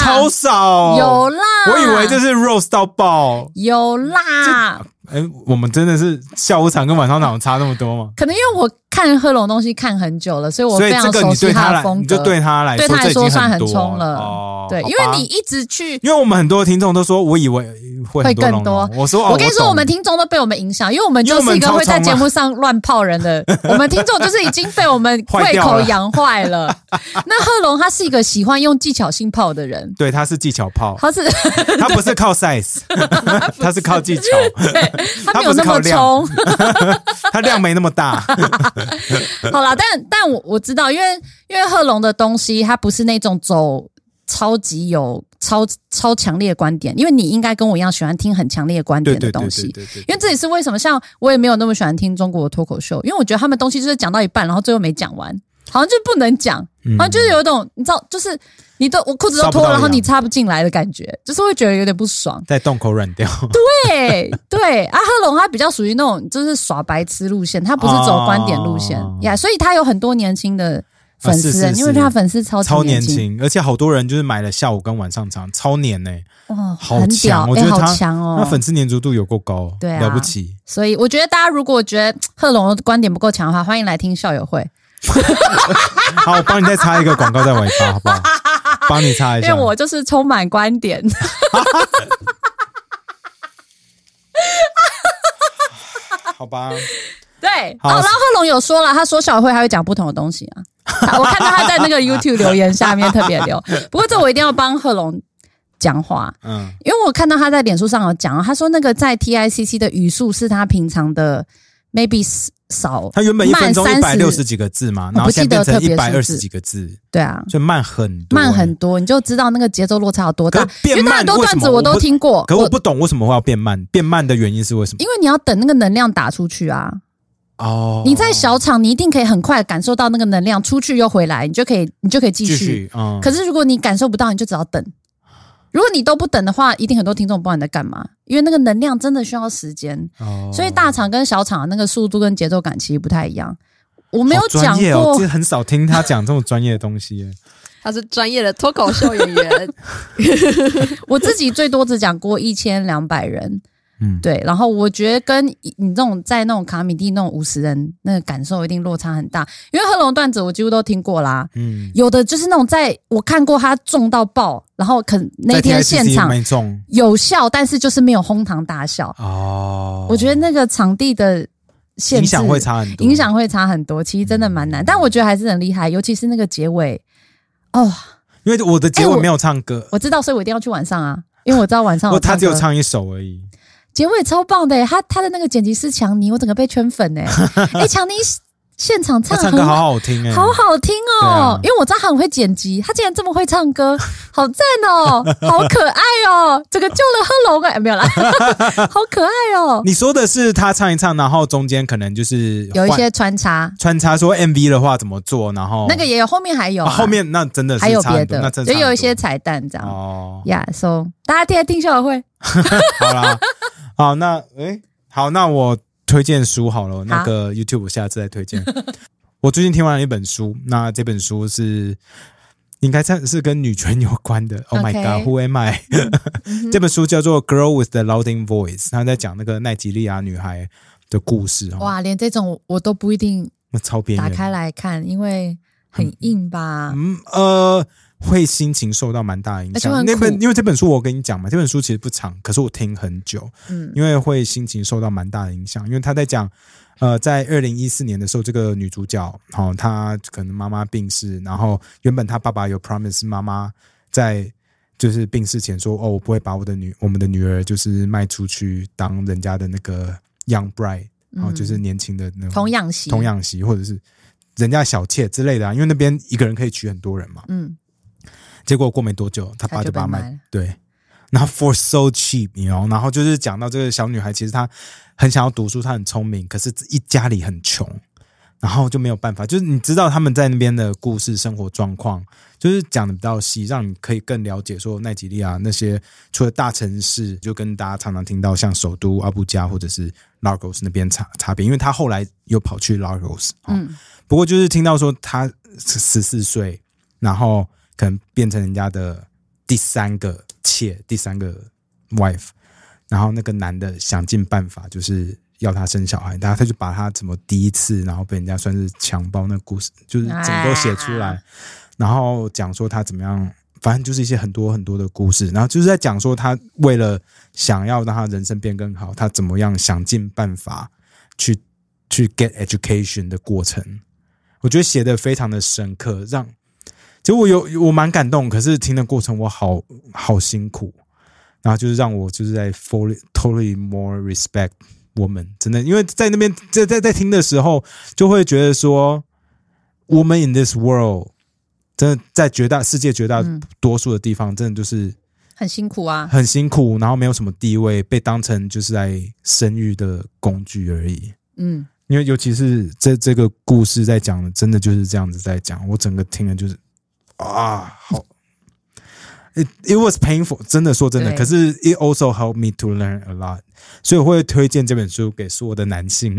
Speaker 2: 超少，
Speaker 1: 啊有，啦，
Speaker 2: 我以为就是 rose 到爆。
Speaker 1: 有啦，
Speaker 2: 哎，我们真的是下午场跟晚上场差那么多吗？
Speaker 1: 可能因为我看贺龙东西看很久了，所以我
Speaker 2: 所以
Speaker 1: 非
Speaker 2: 这
Speaker 1: 常
Speaker 2: 个
Speaker 1: 熟
Speaker 2: 你
Speaker 1: 悉
Speaker 2: 对他
Speaker 1: 的
Speaker 2: 来，
Speaker 1: 风
Speaker 2: 你
Speaker 1: 格，
Speaker 2: 就对他来
Speaker 1: 对他来
Speaker 2: 这已
Speaker 1: 说
Speaker 2: 经
Speaker 1: 算很
Speaker 2: 很多
Speaker 1: 冲了，
Speaker 2: 哦，
Speaker 1: 对，
Speaker 2: 好
Speaker 1: 因
Speaker 2: 吧
Speaker 1: 为你一直去。
Speaker 2: 因为我们很多听众都说，我以为会很多
Speaker 1: 会更
Speaker 2: 龙龙
Speaker 1: 多
Speaker 2: 我说，哦
Speaker 1: 我跟你说，
Speaker 2: 懂
Speaker 1: 我们听众都被我们影响，因为我们就
Speaker 2: 因为我
Speaker 1: 是
Speaker 2: 们
Speaker 1: 一个会在
Speaker 2: 超
Speaker 1: 节
Speaker 2: 常
Speaker 1: 目上乱泡人 的，我们听众就是已经被我们
Speaker 2: 坏
Speaker 1: 胃
Speaker 2: 掉
Speaker 1: 口
Speaker 2: 了
Speaker 1: 养坏 了。那贺龙他是一个喜欢用技巧性泡的人，
Speaker 2: 对他是技巧炮，
Speaker 1: 他是
Speaker 2: 他不是 靠 size，他是靠技巧，
Speaker 1: 他没
Speaker 2: 他不
Speaker 1: 有
Speaker 2: 是
Speaker 1: 那
Speaker 2: 靠
Speaker 1: 么
Speaker 2: 量
Speaker 1: 冲，
Speaker 2: 他量没那么大。
Speaker 1: 好啦，但但我我知道，因为因为贺龙的东西，它不是那种走超级有超超强烈的观点，因为你应该跟我一样喜欢听很强烈的观
Speaker 2: 对
Speaker 1: 点的
Speaker 2: 对对
Speaker 1: 东
Speaker 2: 对
Speaker 1: 西。
Speaker 2: 对对对，
Speaker 1: 因为这也是为什么，像我也没有那么喜欢听中国的脱口秀，因为我觉得他们东西就是讲到一半，然后最后没讲完，好像就不能讲，
Speaker 2: 嗯
Speaker 1: 好像就是有一种你知道，就是你都我裤子都
Speaker 2: 插不
Speaker 1: 脱
Speaker 2: 到
Speaker 1: 了，然后
Speaker 2: 一样
Speaker 1: 你插不进来的感觉，就是会觉得有点不 爽。
Speaker 2: 在洞口软掉，
Speaker 1: 哦对对，阿赫龙他比较属于那种就是耍白痴路线，他不是走观点路线
Speaker 2: 哦
Speaker 1: 呀所以他有很多年轻的粉
Speaker 2: 啊
Speaker 1: 丝，
Speaker 2: 是是是
Speaker 1: 因为他粉丝超级
Speaker 2: 超年
Speaker 1: 轻，
Speaker 2: 轻，而且好多人就是买了下午跟晚上场，超黏呢、
Speaker 1: 哇，
Speaker 2: 好
Speaker 1: 很屌，
Speaker 2: 强我
Speaker 1: 哎、
Speaker 2: 觉得他
Speaker 1: 好强哦，
Speaker 2: 那粉丝粘着度有够高，
Speaker 1: 对啊
Speaker 2: 了不起。
Speaker 1: 所以我觉得大家如果觉得 贺龙的观点不够强的话，欢迎来听校友会，
Speaker 2: 好，我帮你再插一个广告在尾巴，好不好？帮你插一
Speaker 1: 因
Speaker 2: 下。
Speaker 1: 为我就是充满观点。
Speaker 2: 好吧，
Speaker 1: 对，
Speaker 2: 好
Speaker 1: 哦，然后贺龙有说了，他说校友会还会讲不同的东 西啊。我看到他在那个 YouTube 留言下面特别留，不过这我一定要帮贺龙讲话，
Speaker 2: 嗯，
Speaker 1: 因为我看到他在脸书上有讲，他说那个在 TICC 的语速是他平常的 maybe 少，
Speaker 2: 他原本一分钟一
Speaker 1: 慢
Speaker 2: 百
Speaker 1: 三
Speaker 2: 六
Speaker 1: 十
Speaker 2: 十几个字嘛，
Speaker 1: 我
Speaker 2: 然
Speaker 1: 不
Speaker 2: 后
Speaker 1: 记
Speaker 2: 现
Speaker 1: 得
Speaker 2: 在变
Speaker 1: 特
Speaker 2: 成
Speaker 1: 别
Speaker 2: 一百二
Speaker 1: 数字
Speaker 2: 十几个字，
Speaker 1: 对啊，
Speaker 2: 所以慢很多，哎
Speaker 1: 慢很。多，你就知道那个节奏落差有多大
Speaker 2: 可。
Speaker 1: 因
Speaker 2: 变
Speaker 1: 为他
Speaker 2: 慢
Speaker 1: 很多段
Speaker 2: 为
Speaker 1: 子
Speaker 2: 什么
Speaker 1: 我都
Speaker 2: 不
Speaker 1: 听过，
Speaker 2: 可我不懂为什么会要变慢，变慢的原因是为什么？
Speaker 1: 因为你要等那个能量打出去啊！
Speaker 2: 哦，
Speaker 1: 你在小场，你一定可以很快感受到那个能量出去又回来，你就可以，你就可以继
Speaker 2: 继
Speaker 1: 续。
Speaker 2: 续，嗯，
Speaker 1: 可是如果你感受不到，你就只要等。如果你都不等的话，一定很多听众不知道你在干嘛，因为那个能量真的需要时间。
Speaker 2: 哦
Speaker 1: 所以大场跟小场的那个速度跟节奏感其实不太一样。我没有
Speaker 2: 好
Speaker 1: 讲
Speaker 2: 专业哦，
Speaker 1: 过，
Speaker 2: 这很少听他讲这种专业的东西耶。
Speaker 3: 他是专业的脱口秀演员，
Speaker 1: 我自己最多只讲过一千两百人，
Speaker 2: 嗯，
Speaker 1: 对。然后我觉得跟你这种在那种卡米蒂那种五十人，那个感受一定落差很大。因为贺龙段子我几乎都听过啦，
Speaker 2: 嗯，
Speaker 1: 有的就是那种在我看过他重到爆，然后可能那
Speaker 2: 在
Speaker 1: 天
Speaker 2: TICC
Speaker 1: 现场
Speaker 2: 没中
Speaker 1: 有笑，但是就是没有哄堂大笑。
Speaker 2: 哦，
Speaker 1: 我觉得那个场地的限制
Speaker 2: 影响会差很多，
Speaker 1: 影响会差很多，其实真的蛮难，但我觉得还是很厉害，尤其是那个结尾。哦，
Speaker 2: 因为我的结
Speaker 1: 哎我
Speaker 2: 尾没有唱歌，
Speaker 1: 我知道，所以我一定要去晚上啊，因为我知道晚上
Speaker 2: 我他只有
Speaker 1: 歌
Speaker 2: 唱一首而已。
Speaker 1: 结尾超棒的耶，欸他他的那个剪辑师强尼，我整个被圈 粉哎哎，强尼现场
Speaker 2: 他
Speaker 1: 唱
Speaker 2: 唱
Speaker 1: 很
Speaker 2: 歌好好听哎、
Speaker 1: 好好听哦
Speaker 2: 对啊，
Speaker 1: 因为我知道他很会剪辑，他竟然这么会唱歌， 好赞哦，好可爱哦，整个救了贺龙哎，没有啦， 好可爱哦，
Speaker 2: 你说的是他唱一唱，然后中间可能就是
Speaker 1: 有一
Speaker 2: 换
Speaker 1: 些穿插，
Speaker 2: 穿插说 MV 的话怎么做，然后
Speaker 1: 那个也有，后面还有
Speaker 2: 啊
Speaker 1: 啊、
Speaker 2: 后面那真的是
Speaker 1: 还有
Speaker 2: 差很
Speaker 1: 别
Speaker 2: 多
Speaker 1: 的
Speaker 2: 那，真的
Speaker 1: 就
Speaker 2: 差很
Speaker 1: 有一些
Speaker 2: 多
Speaker 1: 彩蛋这样。
Speaker 2: 哦，
Speaker 1: yeah,，so 大家记得听校友会。
Speaker 2: 好啦，好那诶，好那我推荐书好了，那个 YouTube 我下次再推荐。 我最近听完了一本书，那这本书是应该算是跟女权有关的。Oh my
Speaker 1: OK 嗯
Speaker 2: God，Who am I？这 本书叫做《Girl with the Louding Voice》，它在讲那个奈及利亚女孩的故事哦，
Speaker 1: 哇，连这种我我都不一定
Speaker 2: 那超边
Speaker 1: 打
Speaker 2: 缘。
Speaker 1: 开来看，因为很硬吧。
Speaker 2: 嗯呃，会心情受到蛮大的影
Speaker 1: 而且会
Speaker 2: 响。
Speaker 1: 很
Speaker 2: 那本
Speaker 1: 苦
Speaker 2: 因为这本书我跟你讲嘛，这本书其实不长，可是我听很久，
Speaker 1: 嗯
Speaker 2: 因为会心情受到蛮大的影响。因为他在讲，呃，在二零一四年的时候，这个女主角，好、她可能妈妈病逝，然后原本她爸爸有 promise 妈妈在。就是病逝前说哦，我不会把我的女我们的女儿就是卖出去当人家的那个 young bride，然
Speaker 1: 嗯
Speaker 2: 后、就是年轻的那种
Speaker 1: 童养媳，
Speaker 2: 童，养媳或者是人家小妾之类的、啊，因为那边一个人可以娶很多人嘛。
Speaker 1: 嗯，
Speaker 2: 结果过没多久，他
Speaker 1: 他
Speaker 2: 爸
Speaker 1: 就
Speaker 2: 就把他
Speaker 1: 被
Speaker 2: 买，
Speaker 1: 卖了
Speaker 2: 对，然后 for so cheap，你 you know? 然后就是讲到这个小女孩，其实她很想要读书，她很聪明，可是一家里很穷，然后就没有办法，就是你知道他们在那边的故事、生活状况，就是讲的比较细，让你可以更了解说奈及利亚那些除了大城市，就跟大家常常听到像首都阿布加或者是 Lagos 那边差差别，因为他后来又跑去 Lagos，、哦、
Speaker 1: 嗯
Speaker 2: 不过就是听到说他十四岁，然后可能变成人家的第三个妾，第三个 wife，然后那个男的想尽办法就是要她生小孩，然后他就把她怎么第一次，然后被人家算是强暴那个故事，就是整个都写出来，
Speaker 1: 啊
Speaker 2: 然后讲说他怎么样，反正就是一些很多很多的故事，然后就是在讲说他为了想要让他人生变更好，他怎么样想尽办法去去 get education 的过程，我觉得写的非常的深刻，让。结果我有我蛮感动，可是听的过程我好好辛苦，然后就是让我就是在 fully totally more respect woman，真的，因为在那边在在在听的时候，就会觉得说，woman in this world 真的在绝大世界绝大
Speaker 1: 嗯
Speaker 2: 多数的地方，真的就是
Speaker 1: 很辛苦啊。
Speaker 2: 很辛苦，然后没有什么地位，被当成就是来生育的工具而已。
Speaker 1: 嗯，
Speaker 2: 因为尤其是这这个故事在讲的，真的就是这样子在讲，我整个听了就是啊，好，it it was painful，真的说真的，
Speaker 1: 对
Speaker 2: 可是 it also helped me to learn a lot，所以我会推荐这本书给所有的男性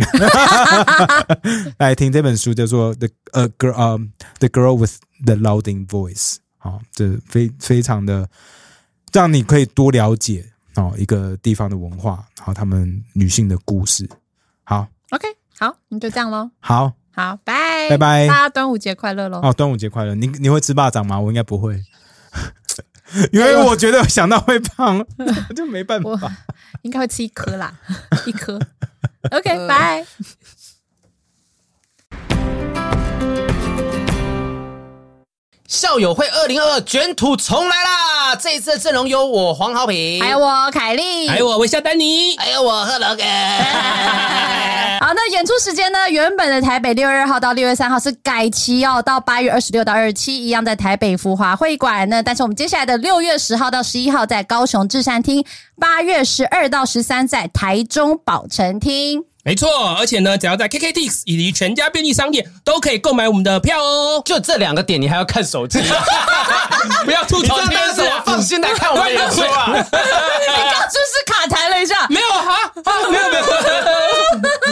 Speaker 2: 来听这本书，叫做 The 呃 Girl 呃 The Girl with the Louding Voice，好，这非非常的让你可以多了解哦一个地方的文化，然后他们女性的故事，好。
Speaker 1: OK，好，那就这样喽。
Speaker 2: 好
Speaker 1: 好，拜
Speaker 2: 拜拜
Speaker 1: 大家端午节快乐喽！
Speaker 2: 哦，端午节快乐！你你会吃霸掌吗？我应该不会， 因为我觉得想到会胖， 我就没办
Speaker 1: 我
Speaker 2: 法。
Speaker 1: 应该会吃一颗 啦，一颗。OK，拜。
Speaker 5: 校友会二零二二卷土重来啦！啊这一次的阵容有我黄豪平，
Speaker 1: 还有我凯莉，
Speaker 6: 还有我微笑丹尼，
Speaker 5: 还有我贺老哥。
Speaker 1: 好，那演出时间呢？原本的台北六月二号到六月三号是改期哦，到八月二十六到二十七一样在台北福华会馆。那但是我们接下来的六月十号到十一号在高雄至善厅，八月十二到十三在台中宝城厅。
Speaker 6: 没错，而且呢，只要在 KKTix 以及全家便利商店都可以购买我们的票哦。
Speaker 5: 就这两个点，你还要看手机？
Speaker 6: 不要 吐
Speaker 5: 你
Speaker 6: 槽
Speaker 5: 这
Speaker 6: 天
Speaker 5: 边
Speaker 6: 使
Speaker 5: 怎么
Speaker 6: 啊！
Speaker 5: 放心来看我的演 出啊？
Speaker 1: 你哎刚刚是不是卡痰了一下？
Speaker 6: 没有啊， 啊没有没有，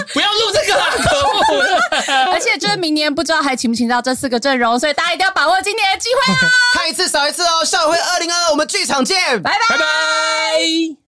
Speaker 6: 不要录这个啊！可恶！
Speaker 1: 而且就是明年不知道还请不请到这四个阵容，所以大家一定要把握今 年的机会啊！
Speaker 5: 看一次少一次哦！校友会二零二二，我们剧场见。
Speaker 1: 拜拜。
Speaker 6: 拜拜。